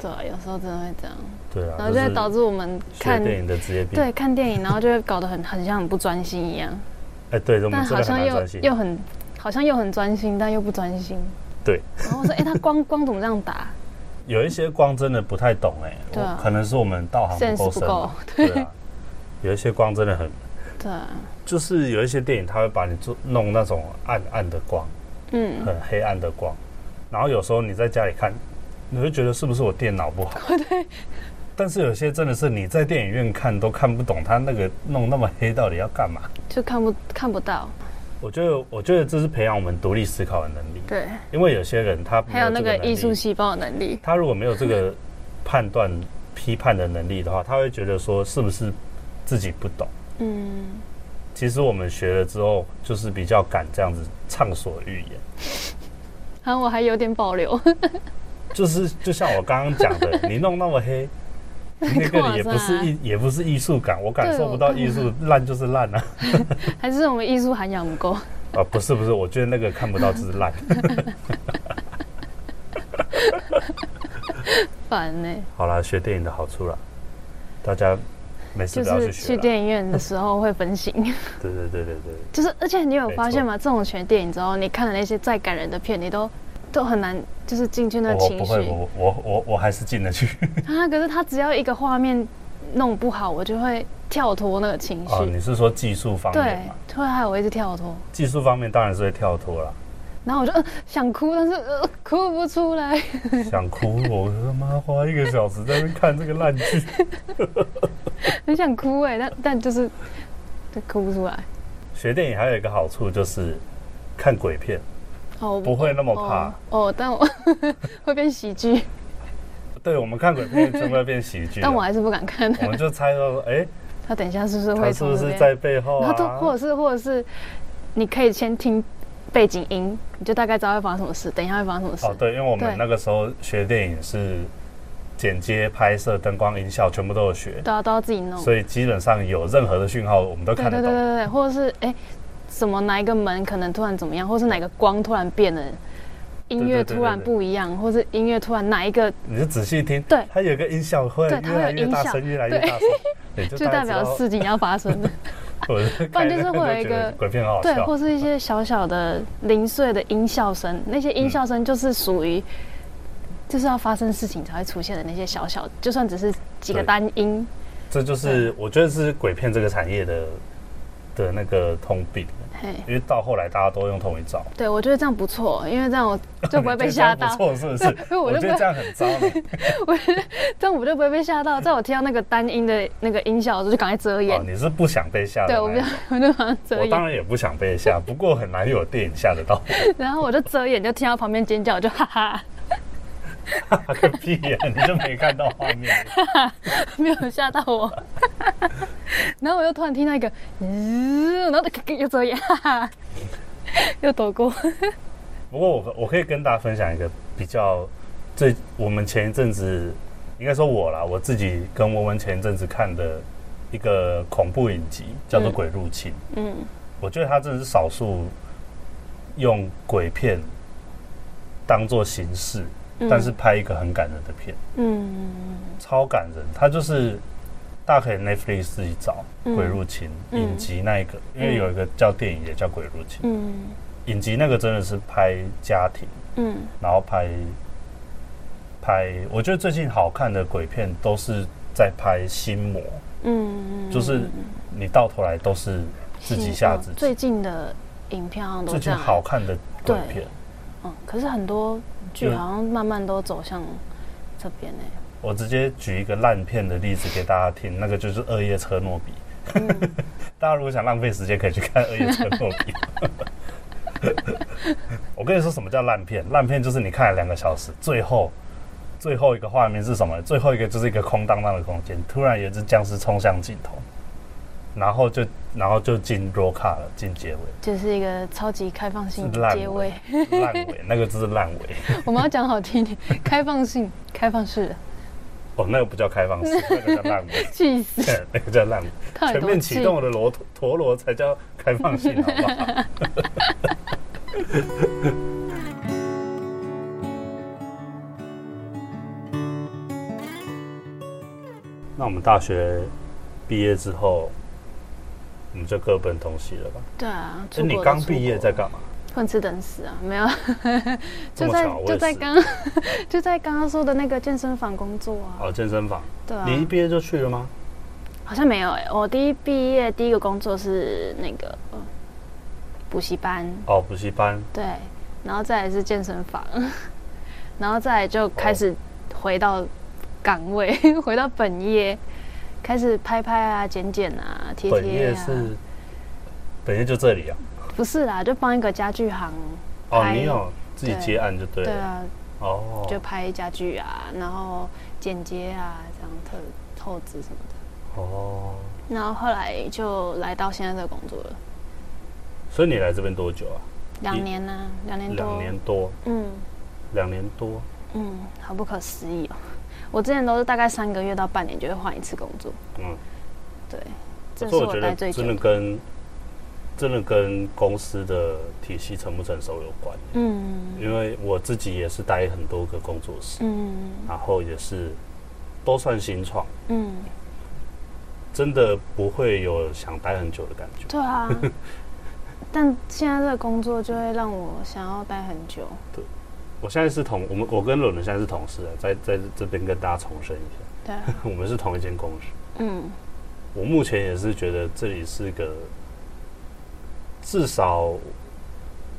[SPEAKER 2] 对啊，有时候真的会这样，
[SPEAKER 1] 对啊，
[SPEAKER 2] 然后就会
[SPEAKER 1] 是
[SPEAKER 2] 导致我们
[SPEAKER 1] 学
[SPEAKER 2] 看
[SPEAKER 1] 电影的职业病。
[SPEAKER 2] 对看电影，然后就会搞得很很像很不专心一样，
[SPEAKER 1] 哎，对，我
[SPEAKER 2] 但
[SPEAKER 1] 们真
[SPEAKER 2] 好
[SPEAKER 1] 的很
[SPEAKER 2] 像
[SPEAKER 1] 难
[SPEAKER 2] 又
[SPEAKER 1] 专心。
[SPEAKER 2] 又很好像又很专心，但又不专心。
[SPEAKER 1] 对，
[SPEAKER 2] 然后我说， 哎、他光光怎么这样打？
[SPEAKER 1] 有一些光真的不太懂哎、
[SPEAKER 2] 对啊
[SPEAKER 1] 我可能是我们道行
[SPEAKER 2] Sense
[SPEAKER 1] 不够深嘛，
[SPEAKER 2] 不
[SPEAKER 1] 对啊，有一些光真的很，
[SPEAKER 2] 对啊，
[SPEAKER 1] 就是有一些电影它会把你做弄那种暗暗的光，
[SPEAKER 2] 嗯，
[SPEAKER 1] 很黑暗的光，然后有时候你在家里看，你会觉得是不是我电脑 不好？对。但是有些真的是你在电影院看都看不懂，他那个弄那么黑到底要干嘛？
[SPEAKER 2] 就看不看不到。
[SPEAKER 1] 我觉得，我觉得这是培养我们独立思考的能力，
[SPEAKER 2] 对，
[SPEAKER 1] 因为有些人他没
[SPEAKER 2] 还有那
[SPEAKER 1] 这
[SPEAKER 2] 个
[SPEAKER 1] 能
[SPEAKER 2] 艺
[SPEAKER 1] 力
[SPEAKER 2] 术细胞的能力。
[SPEAKER 1] 他如果没有这个判断、批判的能力的话，他会觉得说是不是自己不懂。
[SPEAKER 2] 嗯，
[SPEAKER 1] 其实我们学了之后，就是比较敢这样子畅所欲言，
[SPEAKER 2] 然后我还有点保留，
[SPEAKER 1] 就是就像我刚刚讲的，你弄那么黑，那个也不是艺，也不是艺术感，我感受不到艺术，烂就是烂啊！
[SPEAKER 2] 还是我们艺术涵养不够。
[SPEAKER 1] 啊，不是不是，我觉得那个看不到就是 烂。
[SPEAKER 2] 烦呢、
[SPEAKER 1] 好啦，学电影的好处啦，大家没事
[SPEAKER 2] 就
[SPEAKER 1] 不要去
[SPEAKER 2] 是
[SPEAKER 1] 学
[SPEAKER 2] 去
[SPEAKER 1] 啦。
[SPEAKER 2] 电影院的时候会分心。
[SPEAKER 1] 对对对对对，
[SPEAKER 2] 就是，而且你有发现吗？这种选电影之后，你看了那些再感人的片，你都都很难就是进去那
[SPEAKER 1] 哦我
[SPEAKER 2] 情
[SPEAKER 1] 不
[SPEAKER 2] 绪
[SPEAKER 1] 会，我我我我还是进得去。
[SPEAKER 2] 啊。可是他只要一个画面弄不好，我就会跳脱那个情绪，
[SPEAKER 1] 哦，你是说技术方面
[SPEAKER 2] 对
[SPEAKER 1] 吗？，
[SPEAKER 2] 就会害我一直跳脱。
[SPEAKER 1] 技术方面当然是会跳脱 啦，
[SPEAKER 2] 然后我就、呃、想哭，但是、呃、哭不出来。
[SPEAKER 1] 想哭，我他妈花一个小时在那边看这个烂剧，
[SPEAKER 2] 很想哭哎、但但就是就哭不出来。
[SPEAKER 1] 学电影还有一个好处就是看鬼片
[SPEAKER 2] 哦，我
[SPEAKER 1] 不会那么怕。
[SPEAKER 2] 哦。哦，但我 会变喜剧，
[SPEAKER 1] 对，我们看鬼片真的会变喜剧的。啊
[SPEAKER 2] 但我还是不敢看。
[SPEAKER 1] 我们就猜到说，哎、
[SPEAKER 2] 他等一下是不是
[SPEAKER 1] 哦他
[SPEAKER 2] 会
[SPEAKER 1] 是
[SPEAKER 2] 从
[SPEAKER 1] 不
[SPEAKER 2] 这
[SPEAKER 1] 是
[SPEAKER 2] 边
[SPEAKER 1] 在背后
[SPEAKER 2] 然后都或
[SPEAKER 1] 啊？
[SPEAKER 2] 者是或者是，你可以先听背景音，你就大概知道会发生什么事，等一下会发生什么事。
[SPEAKER 1] 哦，对，因为我
[SPEAKER 2] 对
[SPEAKER 1] 们那个时候学电影是剪接、拍摄、灯光、音效全部都有学，
[SPEAKER 2] 都要都要自己弄。
[SPEAKER 1] 所以基本上有任何的讯号我们都
[SPEAKER 2] 对
[SPEAKER 1] 看
[SPEAKER 2] 对
[SPEAKER 1] 得
[SPEAKER 2] 哦对
[SPEAKER 1] 懂。
[SPEAKER 2] 对对，或者是哎、什么哪一个门可能突然怎么样，或是哪个光突然变了，音
[SPEAKER 1] 对对
[SPEAKER 2] 乐
[SPEAKER 1] 对
[SPEAKER 2] 突然
[SPEAKER 1] 对对
[SPEAKER 2] 不一样，或是音乐突然哪一个
[SPEAKER 1] 你就仔细听，
[SPEAKER 2] 对
[SPEAKER 1] 它有一个音效会
[SPEAKER 2] 对它
[SPEAKER 1] 越来
[SPEAKER 2] 会有
[SPEAKER 1] 越
[SPEAKER 2] 音
[SPEAKER 1] 大
[SPEAKER 2] 效
[SPEAKER 1] 声，越来越
[SPEAKER 2] 对
[SPEAKER 1] 大声，对，就
[SPEAKER 2] 就
[SPEAKER 1] 大
[SPEAKER 2] 代
[SPEAKER 1] 概
[SPEAKER 2] 表
[SPEAKER 1] 知道
[SPEAKER 2] 事情要发生的，
[SPEAKER 1] 我就
[SPEAKER 2] 不
[SPEAKER 1] 看
[SPEAKER 2] 然就是
[SPEAKER 1] 那
[SPEAKER 2] 会有一
[SPEAKER 1] 觉得
[SPEAKER 2] 个
[SPEAKER 1] 鬼片很好
[SPEAKER 2] 对，
[SPEAKER 1] 笑
[SPEAKER 2] 或是一些小小的零碎的音效声，那些
[SPEAKER 1] 嗯
[SPEAKER 2] 音效声就是属于。就是要发生事情才会出现的那些小小，就算只是几个
[SPEAKER 1] 对
[SPEAKER 2] 单音，
[SPEAKER 1] 这就是我觉得是鬼片这个产业的的那个通病，
[SPEAKER 2] 嘿，
[SPEAKER 1] 因为到后来大家都用同一招，
[SPEAKER 2] 对，我觉得这样不错，因为这样我就不会被
[SPEAKER 1] 你觉得
[SPEAKER 2] 吓
[SPEAKER 1] 这样
[SPEAKER 2] 到
[SPEAKER 1] 不，错是不是？
[SPEAKER 2] 对我
[SPEAKER 1] 我
[SPEAKER 2] 就
[SPEAKER 1] 觉
[SPEAKER 2] 不
[SPEAKER 1] 得这样很糟呢。
[SPEAKER 2] 这样我就不会被吓到。在我听到那个单音的那个音效的时候，就赶快遮眼
[SPEAKER 1] 哦，。你是不想被吓的
[SPEAKER 2] 对，
[SPEAKER 1] 那
[SPEAKER 2] 我不
[SPEAKER 1] 一
[SPEAKER 2] 要
[SPEAKER 1] 种，，
[SPEAKER 2] 我就马上遮
[SPEAKER 1] 我当
[SPEAKER 2] 眼，
[SPEAKER 1] 然也不想被吓，不过很难有电影吓得到
[SPEAKER 2] 然后我就遮眼，就听到旁边尖叫，我就哈哈，
[SPEAKER 1] 我， 个屁呀！你就没看到画面，
[SPEAKER 2] 没有吓到我。 然后我又突然听到一个， 嗯，然后就又遮眼，哈哈，又躲过。
[SPEAKER 1] 不过我我可以跟大家分享一个比较最我们前一阵子，应该说我啦，我自己跟文文前一阵子看的一个恐怖影集，叫做《
[SPEAKER 2] 嗯
[SPEAKER 1] 鬼入侵》。
[SPEAKER 2] 嗯，
[SPEAKER 1] 我觉得他真的是少数用鬼片当做形式，
[SPEAKER 2] 嗯
[SPEAKER 1] 但是，拍一个很感人的片，
[SPEAKER 2] 嗯
[SPEAKER 1] 超感人。他就是大家可以 Netflix 自己找
[SPEAKER 2] 嗯
[SPEAKER 1] 《鬼入侵》
[SPEAKER 2] 嗯
[SPEAKER 1] 影集那一个，因为有一个叫电影也叫《鬼入侵》，
[SPEAKER 2] 嗯
[SPEAKER 1] 影集那个真的是拍家庭。
[SPEAKER 2] 嗯
[SPEAKER 1] 然后拍拍，我觉得最近好看的鬼片都是在拍心魔，
[SPEAKER 2] 嗯，
[SPEAKER 1] 就是你到头来都是自己吓自
[SPEAKER 2] 嗯最
[SPEAKER 1] 己。
[SPEAKER 2] 近的影片好像都
[SPEAKER 1] 最
[SPEAKER 2] 这
[SPEAKER 1] 近
[SPEAKER 2] 样。
[SPEAKER 1] 好看的鬼
[SPEAKER 2] 啊对
[SPEAKER 1] 片，
[SPEAKER 2] 嗯，可是很多剧
[SPEAKER 1] 嗯
[SPEAKER 2] 好像慢慢都走向这边欸呢、
[SPEAKER 1] 我直接举一个烂片的例子给大家听，那个就是《恶夜车诺比》。
[SPEAKER 2] 嗯
[SPEAKER 1] 大家如果想浪费时间，可以去看《恶夜车诺比》。 我跟你说什么叫烂片？烂片就是你看了两个小时，最后最后一个画面是什么？最后一个就是一个空荡荡的空间，突然有一只僵尸冲向镜头，然后就然后就进 roll 卡了，进结尾，
[SPEAKER 2] 就是一个超级开放性
[SPEAKER 1] 是烂
[SPEAKER 2] 结尾。
[SPEAKER 1] 烂尾那个就是烂尾。
[SPEAKER 2] 我们要讲好听一点， 开放性、开放式的，
[SPEAKER 1] 哦，那个不叫开放式，那个叫烂尾，
[SPEAKER 2] 气死！
[SPEAKER 1] 那个叫烂尾。
[SPEAKER 2] 到 底
[SPEAKER 1] 全
[SPEAKER 2] 多
[SPEAKER 1] 面启
[SPEAKER 2] 气？
[SPEAKER 1] 动我的罗陀陀螺才叫开放性，好不好？ 那我们大学毕业之后，我们就各奔东西了吧？
[SPEAKER 2] 对啊，
[SPEAKER 1] 哎，
[SPEAKER 2] 出
[SPEAKER 1] 你
[SPEAKER 2] 国的
[SPEAKER 1] 刚
[SPEAKER 2] 出
[SPEAKER 1] 毕业
[SPEAKER 2] 国
[SPEAKER 1] 在干嘛？
[SPEAKER 2] 混吃等死啊？没有，
[SPEAKER 1] 这
[SPEAKER 2] 就
[SPEAKER 1] 么
[SPEAKER 2] 在
[SPEAKER 1] 巧我
[SPEAKER 2] 就
[SPEAKER 1] 也
[SPEAKER 2] 在
[SPEAKER 1] 是
[SPEAKER 2] 刚 就在刚刚说的那个健身房工作啊。
[SPEAKER 1] 哦，健身房。
[SPEAKER 2] 对啊，
[SPEAKER 1] 你一毕业就去了吗？
[SPEAKER 2] 好像没有哎、我第一毕业第一个工作是那个呃补习班，
[SPEAKER 1] 哦，补习班。
[SPEAKER 2] 对，然后再来是健身房， 然后再来就开始回到岗位， 回到本业，开始拍拍啊、剪剪啊、贴
[SPEAKER 1] 本
[SPEAKER 2] 贴
[SPEAKER 1] 业
[SPEAKER 2] 啊。
[SPEAKER 1] 是，本业就这里啊。
[SPEAKER 2] 不是啦，就帮一个家具行，
[SPEAKER 1] 哦，
[SPEAKER 2] 拍
[SPEAKER 1] 你有自己
[SPEAKER 2] 对
[SPEAKER 1] 接案就对
[SPEAKER 2] 对
[SPEAKER 1] 了。
[SPEAKER 2] 啊，
[SPEAKER 1] 哦，
[SPEAKER 2] 就拍家具啊，然后剪接啊，这样特后置什么的。
[SPEAKER 1] 哦，
[SPEAKER 2] 然后后来就来到现在这个工作了，
[SPEAKER 1] 所以你来这边多久啊？一
[SPEAKER 2] 两年呢、两年多，
[SPEAKER 1] 两年多，
[SPEAKER 2] 嗯
[SPEAKER 1] 两年多。
[SPEAKER 2] 嗯，好不可思议哦。我之前都是大概三个月到半年就会换一次工作，
[SPEAKER 1] 嗯，
[SPEAKER 2] 对，
[SPEAKER 1] 可
[SPEAKER 2] 这
[SPEAKER 1] 是
[SPEAKER 2] 是
[SPEAKER 1] 我
[SPEAKER 2] 我
[SPEAKER 1] 觉
[SPEAKER 2] 待
[SPEAKER 1] 得
[SPEAKER 2] 最久
[SPEAKER 1] 真的
[SPEAKER 2] 的。
[SPEAKER 1] 跟真的跟公司的体系成不成熟有关，
[SPEAKER 2] 嗯
[SPEAKER 1] 因为我自己也是待很多个工作室，
[SPEAKER 2] 嗯
[SPEAKER 1] 然后也是都算新创，
[SPEAKER 2] 嗯，
[SPEAKER 1] 真的不会有想待很久的感觉。
[SPEAKER 2] 对啊。但现在这个工作就会让我想要待很久。
[SPEAKER 1] 我现在是同我们我跟伦伦现在是同事啊，在在这边跟大家重申一下，
[SPEAKER 2] 对 啊，
[SPEAKER 1] 我们是同一间公司。
[SPEAKER 2] 嗯
[SPEAKER 1] 我目前也是觉得这里是个至少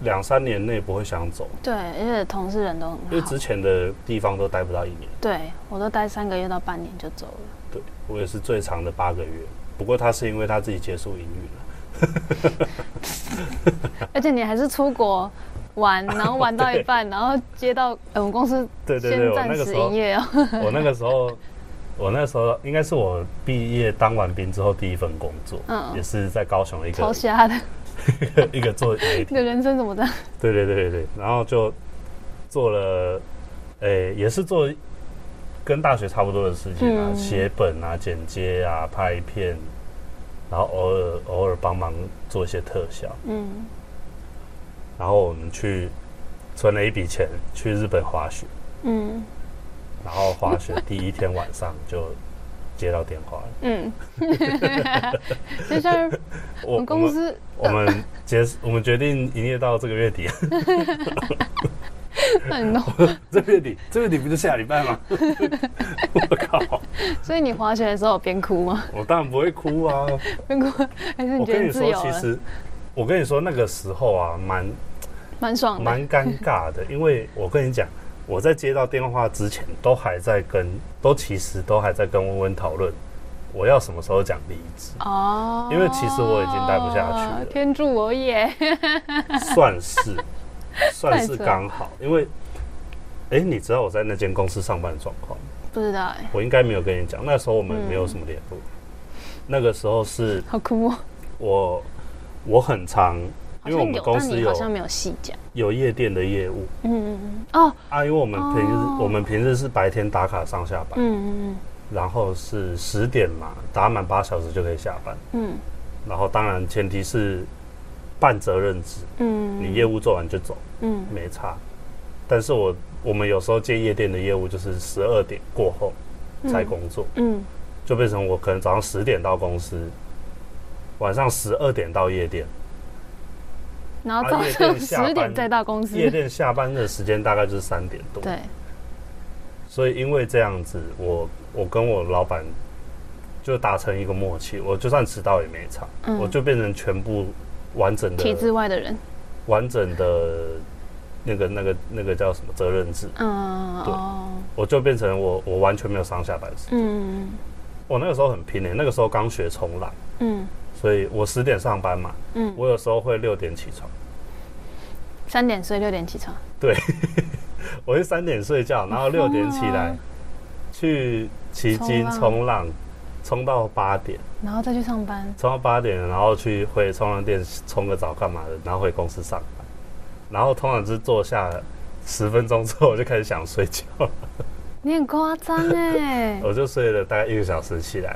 [SPEAKER 1] 两三年内不会想走，
[SPEAKER 2] 对，而且同事人都
[SPEAKER 1] 因为
[SPEAKER 2] 很好
[SPEAKER 1] 之。前的地方都待不到一年。
[SPEAKER 2] 对我都待三个月到半年就走了。
[SPEAKER 1] 对我也是最长的八个月，不过他是因为他自己结束营运了。
[SPEAKER 2] 而且你还是出国玩，然后玩到 一半，然后接到、呃我们公司
[SPEAKER 1] 对对对，
[SPEAKER 2] 先
[SPEAKER 1] 我
[SPEAKER 2] 暂
[SPEAKER 1] 那个
[SPEAKER 2] 时
[SPEAKER 1] 时
[SPEAKER 2] 营
[SPEAKER 1] 候，
[SPEAKER 2] 业哦。
[SPEAKER 1] 我那个时候我那时候应该是我毕业当完兵之后第一份工作，也
[SPEAKER 2] 嗯，
[SPEAKER 1] 是在高雄一
[SPEAKER 2] 超
[SPEAKER 1] 个
[SPEAKER 2] 瞎的，
[SPEAKER 1] 一个做 媒体
[SPEAKER 2] 你的人生怎么这样？
[SPEAKER 1] 对对对对对，然后就做了，诶、也是做跟大学差不多的事情啊，
[SPEAKER 2] 嗯
[SPEAKER 1] 写本啊、剪接啊、拍片，然后偶尔偶尔帮忙做一些特效。
[SPEAKER 2] 嗯，
[SPEAKER 1] 然后我们去存了一笔钱去日本滑雪，
[SPEAKER 2] 嗯
[SPEAKER 1] 然后滑雪第一天晚上就接到电话了，
[SPEAKER 2] 嗯，就像我
[SPEAKER 1] 我
[SPEAKER 2] 们公司啊
[SPEAKER 1] 我们我们结我们决定营业到这个月底，啊
[SPEAKER 2] 很浓，
[SPEAKER 1] 这个月底这个月底不就下礼拜吗？我靠！
[SPEAKER 2] 所以你滑雪的时候有边哭吗？
[SPEAKER 1] 我当然不会哭啊！
[SPEAKER 2] 边哭还是
[SPEAKER 1] 我
[SPEAKER 2] 你觉
[SPEAKER 1] 跟
[SPEAKER 2] 得
[SPEAKER 1] 你
[SPEAKER 2] 自
[SPEAKER 1] 说，
[SPEAKER 2] 由
[SPEAKER 1] 其
[SPEAKER 2] 了？
[SPEAKER 1] 实我跟你说那个时候啊，蛮
[SPEAKER 2] 蛮爽的，，
[SPEAKER 1] 蛮尴尬的，因为我跟你讲，我在接到电话之前，都还在跟，都其实都还在跟温温讨论，我要什么时候讲离职
[SPEAKER 2] 哦，
[SPEAKER 1] 因为其实我已经待不下去了
[SPEAKER 2] 天助我也，
[SPEAKER 1] 算是算
[SPEAKER 2] 太
[SPEAKER 1] 是
[SPEAKER 2] 扯
[SPEAKER 1] 刚好，因为，哎、你知道我在那间公司上班的状况吗，
[SPEAKER 2] 不知道哎，
[SPEAKER 1] 我应该没有跟你讲，那时候我们
[SPEAKER 2] 嗯
[SPEAKER 1] 没有什么联络，那个时候是
[SPEAKER 2] 好哭哦。
[SPEAKER 1] 我我很常，
[SPEAKER 2] 好
[SPEAKER 1] 因为我
[SPEAKER 2] 像
[SPEAKER 1] 们
[SPEAKER 2] 有，
[SPEAKER 1] 公
[SPEAKER 2] 但
[SPEAKER 1] 司
[SPEAKER 2] 你
[SPEAKER 1] 有
[SPEAKER 2] 好像没有细讲。
[SPEAKER 1] 有夜店的业务。
[SPEAKER 2] 嗯嗯嗯，哦，
[SPEAKER 1] 啊，因为我们平日、
[SPEAKER 2] 哦
[SPEAKER 1] 我们平日是白天打卡上下班，
[SPEAKER 2] 嗯嗯
[SPEAKER 1] 然后是十点嘛，打满八小时就可以下班。
[SPEAKER 2] 嗯
[SPEAKER 1] 然后当然前提是半责任制，
[SPEAKER 2] 嗯，
[SPEAKER 1] 你业务做完就走，
[SPEAKER 2] 嗯
[SPEAKER 1] 没差。但是我我们有时候接夜店的业务，就是十二点过后才工作，
[SPEAKER 2] 嗯
[SPEAKER 1] 就变成我可能早上十点到公司，晚上十二点到夜店。
[SPEAKER 2] 嗯，然后
[SPEAKER 1] 啊
[SPEAKER 2] 早
[SPEAKER 1] 夜
[SPEAKER 2] 上
[SPEAKER 1] 店下班
[SPEAKER 2] 十点再到公司，
[SPEAKER 1] 夜店下班的时间大概就是三点多，
[SPEAKER 2] 对，
[SPEAKER 1] 所以因为这样子，我我跟我老板就达成一个默契，我就算迟到也没差，
[SPEAKER 2] 嗯
[SPEAKER 1] 我就变成全部完整
[SPEAKER 2] 体制
[SPEAKER 1] 的、
[SPEAKER 2] 外的人，
[SPEAKER 1] 完整的那个、那个、那个叫什么责任制，
[SPEAKER 2] 嗯
[SPEAKER 1] 对
[SPEAKER 2] 哦，
[SPEAKER 1] 我就变成我我完全没有上下班时。
[SPEAKER 2] 嗯
[SPEAKER 1] 我那个时候很拼欸诶、那个时候刚学冲浪，
[SPEAKER 2] 嗯
[SPEAKER 1] 所以我十点上班嘛，
[SPEAKER 2] 嗯，
[SPEAKER 1] 我有时候会六点起床，
[SPEAKER 2] 三点睡，六点起床，
[SPEAKER 1] 我是三点睡觉，然后六点起来
[SPEAKER 2] 啊
[SPEAKER 1] 去骑
[SPEAKER 2] 冲
[SPEAKER 1] 金
[SPEAKER 2] 浪
[SPEAKER 1] 冲浪，冲到八点。
[SPEAKER 2] 然后再去上班，
[SPEAKER 1] 冲到八点，然后去回冲浪店冲个澡干嘛的，然后回公司上班，然后通常是坐下十分钟之后，我就开始想睡觉，，
[SPEAKER 2] 你很夸张哎
[SPEAKER 1] 我就睡了大概一个小时起来，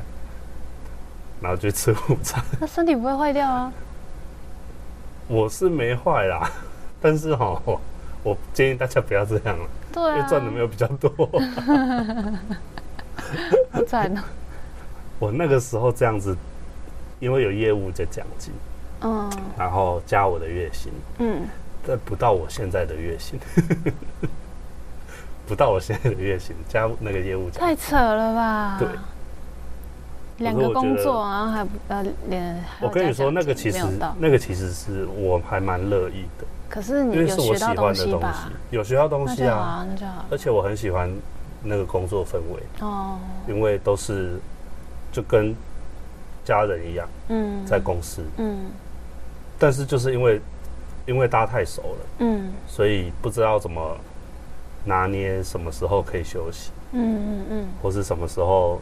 [SPEAKER 1] 然后去吃午餐。
[SPEAKER 2] 那身体不会坏掉啊？
[SPEAKER 1] 我是没坏啦，但是哈，我我建议大家不要这样了，因
[SPEAKER 2] 对
[SPEAKER 1] 为
[SPEAKER 2] 啊，
[SPEAKER 1] 赚的没有比较多。
[SPEAKER 2] 好惨 哦，
[SPEAKER 1] 我那个时候这样子，因为有业务的奖金，
[SPEAKER 2] 嗯
[SPEAKER 1] 然后加我的月薪，
[SPEAKER 2] 嗯，
[SPEAKER 1] 但不到我现在的月薪，不到我现在的月薪，加那个业务奖
[SPEAKER 2] 太扯了吧？
[SPEAKER 1] 对。
[SPEAKER 2] 两
[SPEAKER 1] 可是我
[SPEAKER 2] 个
[SPEAKER 1] 觉
[SPEAKER 2] 工
[SPEAKER 1] 得
[SPEAKER 2] 作，然后还不呃连，还
[SPEAKER 1] 我
[SPEAKER 2] 有
[SPEAKER 1] 跟你
[SPEAKER 2] 加
[SPEAKER 1] 说，
[SPEAKER 2] 奖
[SPEAKER 1] 那个
[SPEAKER 2] 金
[SPEAKER 1] 其实
[SPEAKER 2] 没有到
[SPEAKER 1] 那个其实是我还蛮乐意的，
[SPEAKER 2] 可是你
[SPEAKER 1] 因为
[SPEAKER 2] 有
[SPEAKER 1] 是我
[SPEAKER 2] 学
[SPEAKER 1] 喜
[SPEAKER 2] 到
[SPEAKER 1] 欢的东
[SPEAKER 2] 西
[SPEAKER 1] 西
[SPEAKER 2] 吧？，
[SPEAKER 1] 有学到东
[SPEAKER 2] 那
[SPEAKER 1] 西
[SPEAKER 2] 就好
[SPEAKER 1] 啊，
[SPEAKER 2] 啊，那就好。
[SPEAKER 1] 而且我很喜欢那个工作氛围，
[SPEAKER 2] 哦，
[SPEAKER 1] 因为都是就跟家人一样
[SPEAKER 2] 嗯，
[SPEAKER 1] 在公司，
[SPEAKER 2] 嗯
[SPEAKER 1] 但是就是因为因为大家太熟了，
[SPEAKER 2] 嗯
[SPEAKER 1] 所以不知道怎么拿捏什么时候可以休息。
[SPEAKER 2] 嗯嗯嗯
[SPEAKER 1] 或是什么时候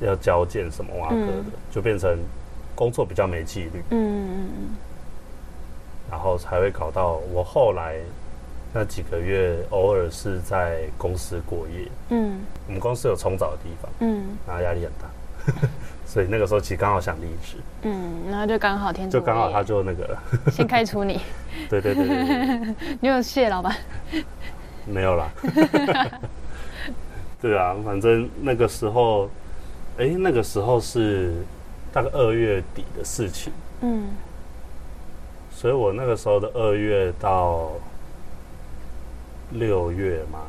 [SPEAKER 1] 要交件什么挖哥的，
[SPEAKER 2] 嗯
[SPEAKER 1] 就变成工作比较没纪律，
[SPEAKER 2] 嗯嗯
[SPEAKER 1] 然后才会搞到我后来那几个月偶尔是在公司过夜。
[SPEAKER 2] 嗯
[SPEAKER 1] 我们公司有冲澡的地方，
[SPEAKER 2] 嗯
[SPEAKER 1] 然后压力很大， 所以那个时候其实刚好想离职，
[SPEAKER 2] 嗯，然后就刚好天
[SPEAKER 1] 就
[SPEAKER 2] 助
[SPEAKER 1] 刚好
[SPEAKER 2] 我
[SPEAKER 1] 他
[SPEAKER 2] 也
[SPEAKER 1] 就那个了，
[SPEAKER 2] 先开除你，
[SPEAKER 1] 对对对对对对，
[SPEAKER 2] 你有谢老板？
[SPEAKER 1] 没有啦。 对啊，反正那个时候，哎、那个时候是大概二月底的事情。
[SPEAKER 2] 嗯
[SPEAKER 1] 所以我那个时候的二月到六月嘛，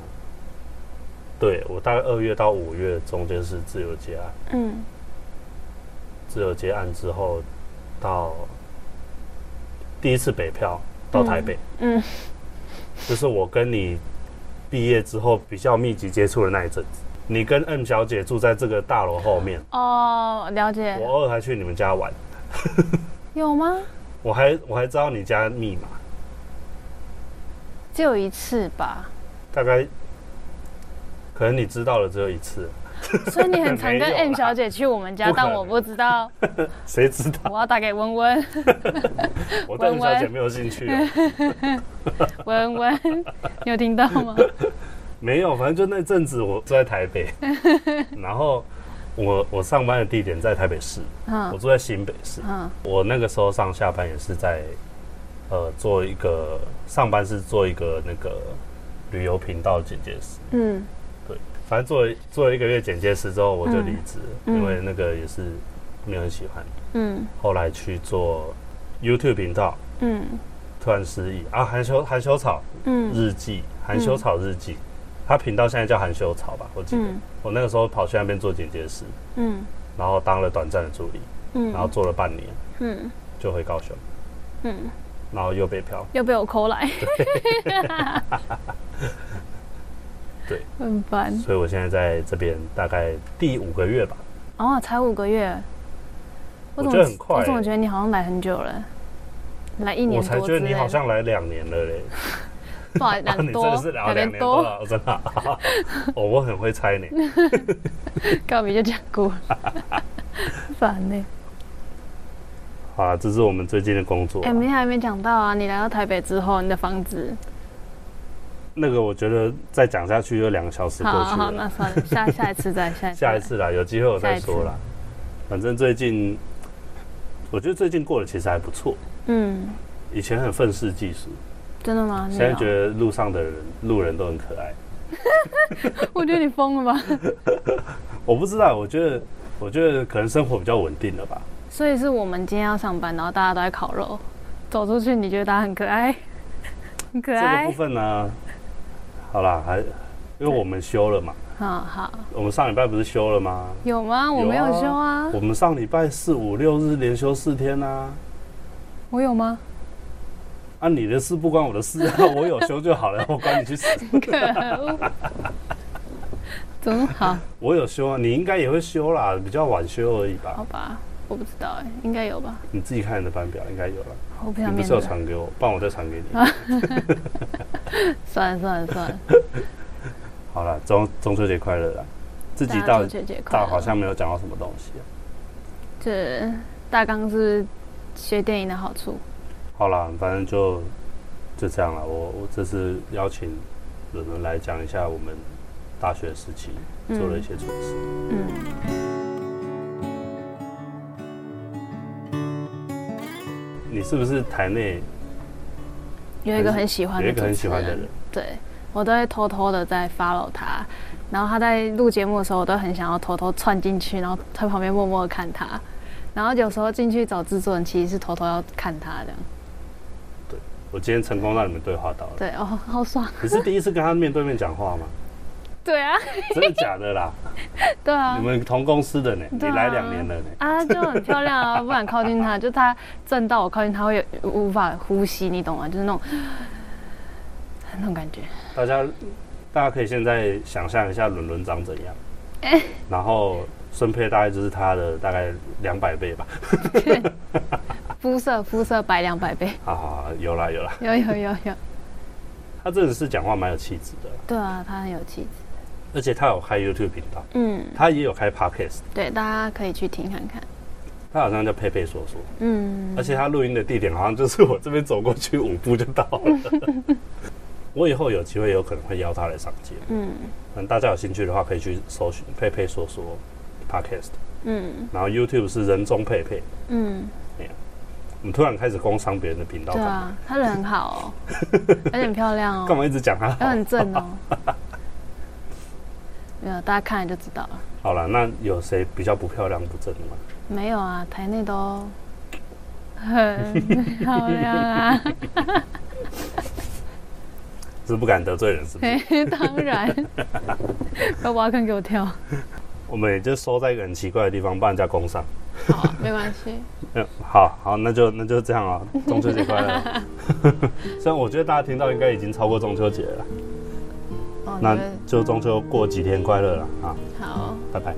[SPEAKER 1] 对我大概二月到五月中间是自由结案，
[SPEAKER 2] 嗯
[SPEAKER 1] 自由结案之后到第一次北漂到台北，
[SPEAKER 2] 嗯
[SPEAKER 1] 就是我跟你毕业之后比较密集接触的那一阵子。你跟 M 小姐住在这个大楼后面，
[SPEAKER 2] 哦，了解
[SPEAKER 1] 我，偶尔还去你们家玩，
[SPEAKER 2] 有吗？
[SPEAKER 1] 我还我还知道你家密码，
[SPEAKER 2] 只有一次吧。
[SPEAKER 1] 大概可能你知道了只有一次，
[SPEAKER 2] 所以你很常
[SPEAKER 1] 没
[SPEAKER 2] 跟
[SPEAKER 1] 有
[SPEAKER 2] M
[SPEAKER 1] 啦
[SPEAKER 2] 小姐去我们家，
[SPEAKER 1] 不可
[SPEAKER 2] 但
[SPEAKER 1] 能
[SPEAKER 2] 我不知道，
[SPEAKER 1] 谁知 道？
[SPEAKER 2] 我要打给 温温，
[SPEAKER 1] 我对
[SPEAKER 2] 文
[SPEAKER 1] 吴小姐
[SPEAKER 2] 文
[SPEAKER 1] 没有兴趣、哦，
[SPEAKER 2] 温温，你有听到吗？
[SPEAKER 1] 没有，反正就那阵子我住在台 北，然后我我上班的地点在台北市，我
[SPEAKER 2] 嗯
[SPEAKER 1] 住在新北市，
[SPEAKER 2] 嗯
[SPEAKER 1] 我那个时候上下班也是在，呃，做一个上班是做一个那个旅游频道剪接师，
[SPEAKER 2] 嗯
[SPEAKER 1] 反正做了做了一个月剪接师之后我就
[SPEAKER 2] 嗯
[SPEAKER 1] 离职了，
[SPEAKER 2] 嗯
[SPEAKER 1] 因为那个也是没有很喜欢，
[SPEAKER 2] 嗯
[SPEAKER 1] 后来去做 YouTube 频道，
[SPEAKER 2] 嗯
[SPEAKER 1] 突然失忆啊，含羞含羞草
[SPEAKER 2] 嗯
[SPEAKER 1] 日记，含羞草日记，他频道现在叫含羞草吧，我记得，
[SPEAKER 2] 嗯
[SPEAKER 1] 我那个时候跑去那边做剪接师，
[SPEAKER 2] 嗯
[SPEAKER 1] 然后当了短暂的助理，
[SPEAKER 2] 嗯，
[SPEAKER 1] 然后做了半年
[SPEAKER 2] 嗯
[SPEAKER 1] 就回高雄，
[SPEAKER 2] 嗯，
[SPEAKER 1] 然后又被漂。
[SPEAKER 2] 又被我抠来，
[SPEAKER 1] 对，
[SPEAKER 2] 很烦。
[SPEAKER 1] 所以我现在在这边大概第五个月吧，
[SPEAKER 2] 哦，才五个月，
[SPEAKER 1] 我觉得很快
[SPEAKER 2] 我怎么
[SPEAKER 1] 欸
[SPEAKER 2] 觉得你好像来很久了？来一年
[SPEAKER 1] 我才
[SPEAKER 2] 多之类
[SPEAKER 1] 觉得你好
[SPEAKER 2] 的
[SPEAKER 1] 像来两年了嘞，
[SPEAKER 2] 不好意思，
[SPEAKER 1] 啊
[SPEAKER 2] 懒
[SPEAKER 1] 你真
[SPEAKER 2] 多
[SPEAKER 1] 的是，聊
[SPEAKER 2] 懒
[SPEAKER 1] 两
[SPEAKER 2] 得
[SPEAKER 1] 年多
[SPEAKER 2] 多，
[SPEAKER 1] 了，我真的啊， 哦，我很会猜呢。
[SPEAKER 2] 告别就讲过 了，烦呢、
[SPEAKER 1] 好啊，这是我们最近的工作啊
[SPEAKER 2] 哎、，明天还没讲到啊！你来到台北之后，你的房子，
[SPEAKER 1] 那个我觉得再讲下去就两个小时过
[SPEAKER 2] 好
[SPEAKER 1] 去
[SPEAKER 2] 好
[SPEAKER 1] 了
[SPEAKER 2] 好，那，算了， 下下一次再，下一次，
[SPEAKER 1] 下一，次啦，有机会我再说啦。反正最近，我觉得最近过得其实还不错，
[SPEAKER 2] 嗯，
[SPEAKER 1] 以前很愤世嫉俗，
[SPEAKER 2] 真的吗？你
[SPEAKER 1] 现在
[SPEAKER 2] 啊有
[SPEAKER 1] 觉得路上的人路人都很可爱。
[SPEAKER 2] 我觉得你疯了吧？
[SPEAKER 1] 我不知道，我觉得我觉得可能生活比较稳定了吧。
[SPEAKER 2] 所以是我们今天要上班，然后大家都在烤肉，走出去你觉得大家很可爱， 很可
[SPEAKER 1] 这个
[SPEAKER 2] 爱
[SPEAKER 1] 部，分呢，好啦，还因为我们休了嘛，
[SPEAKER 2] 好好，
[SPEAKER 1] 我们上礼拜不是休了吗？
[SPEAKER 2] 有吗？我
[SPEAKER 1] 有
[SPEAKER 2] 没有
[SPEAKER 1] 啊
[SPEAKER 2] 修啊，
[SPEAKER 1] 我们上礼拜四五六日连休四天啊。
[SPEAKER 2] 我有吗？
[SPEAKER 1] 啊，你的事不关我的事啊，我有休就好了，我管你去死。
[SPEAKER 2] 可恶！怎么好？
[SPEAKER 1] 我有休啊，你应该也会休啦，比较晚休而已吧。
[SPEAKER 2] 好吧，我不知道哎、应该有吧？
[SPEAKER 1] 你自己看你的班表，应该有了。
[SPEAKER 2] 我不
[SPEAKER 1] 你
[SPEAKER 2] 想
[SPEAKER 1] 不
[SPEAKER 2] 面
[SPEAKER 1] 是有
[SPEAKER 2] 对。
[SPEAKER 1] 传给我，不然我再传给你。
[SPEAKER 2] 算了算了 算了，
[SPEAKER 1] 好了，中中秋节快乐啦！自己
[SPEAKER 2] 大家
[SPEAKER 1] 到
[SPEAKER 2] 中秋节快
[SPEAKER 1] 到
[SPEAKER 2] 乐。
[SPEAKER 1] 好像没有讲到什么东西啊、
[SPEAKER 2] 这大纲是学电影的好处。
[SPEAKER 1] 好啦，反正就就这样了。我我这次邀请伦伦来讲一下我们大学时期做了一些蠢事。
[SPEAKER 2] 嗯。
[SPEAKER 1] 你是不是台内
[SPEAKER 2] 有一个很喜欢
[SPEAKER 1] 有
[SPEAKER 2] 的
[SPEAKER 1] 一个很喜欢的
[SPEAKER 2] 主持
[SPEAKER 1] 人，
[SPEAKER 2] 对我都会偷偷的在 follow 他，然后他在录节目的时候，我都很想要偷偷窜进去，然后在旁边默默的看他，然后有时候进去找制作人，其实是偷偷要看他这样。
[SPEAKER 1] 我今天成功让你们对话到了。
[SPEAKER 2] 对哦，好爽。
[SPEAKER 1] 你是第一次跟他面对面讲话吗？
[SPEAKER 2] 对啊，
[SPEAKER 1] 真的假的啦？
[SPEAKER 2] 对啊
[SPEAKER 1] 你。们同公司的呢？你
[SPEAKER 2] 对啊
[SPEAKER 1] 来两年了呢？
[SPEAKER 2] 啊，就很漂亮啊，不 敢靠近他，就他震到我靠近他会有无法呼吸，你懂吗？就是那种 那种感觉。
[SPEAKER 1] 大家大家可以现在想象一下伦伦长怎 样，然后孙佩大概就是他的大概两百倍吧。
[SPEAKER 2] 肤色肤色白两百倍，
[SPEAKER 1] 好好好，有啦有啦，
[SPEAKER 2] 有有有有，
[SPEAKER 1] 他真的是讲话蛮有气质的啦，
[SPEAKER 2] 对啊，他很有气质。
[SPEAKER 1] 而且他有开 YouTube 频道，
[SPEAKER 2] 嗯，
[SPEAKER 1] 他也有开 Podcast，
[SPEAKER 2] 对，大家可以去听看看。
[SPEAKER 1] 他好像叫佩佩说说，
[SPEAKER 2] 嗯，
[SPEAKER 1] 而且他录音的地点好像就是我这边走过去五步就到了。 我以后有机会有可能会邀他来上节目，
[SPEAKER 2] 嗯
[SPEAKER 1] 那大家有兴趣的话可以去搜寻佩佩说说 Podcast，
[SPEAKER 2] 嗯
[SPEAKER 1] 然后 YouTube 是人中佩佩。
[SPEAKER 2] 嗯，
[SPEAKER 1] 我们突然开始工商别人的频道
[SPEAKER 2] 对
[SPEAKER 1] 干嘛？
[SPEAKER 2] 啊，她人很好 哦，而且很漂亮
[SPEAKER 1] 干
[SPEAKER 2] 哦，
[SPEAKER 1] 嘛一直讲他
[SPEAKER 2] 又
[SPEAKER 1] 好？
[SPEAKER 2] 很 正哦。没有，大家看了就知道了。
[SPEAKER 1] 好了，那有谁比较不漂亮不正的吗？
[SPEAKER 2] 没有啊，台内都 很漂亮啊。
[SPEAKER 1] 是不敢得罪人，是不是？
[SPEAKER 2] 嘿，当然，不要挖坑给我跳。
[SPEAKER 1] 我们也就收在一个很奇怪的地方，帮人家工商。
[SPEAKER 2] 好啊，没关系。
[SPEAKER 1] 嗯，好好，那就那就这样啊，中秋节快乐。虽然我觉得大家听到应该已经超过中秋节了，
[SPEAKER 2] 哦，你
[SPEAKER 1] 那
[SPEAKER 2] 们
[SPEAKER 1] 就中秋过几天快乐了啊，
[SPEAKER 2] 好。
[SPEAKER 1] 拜拜。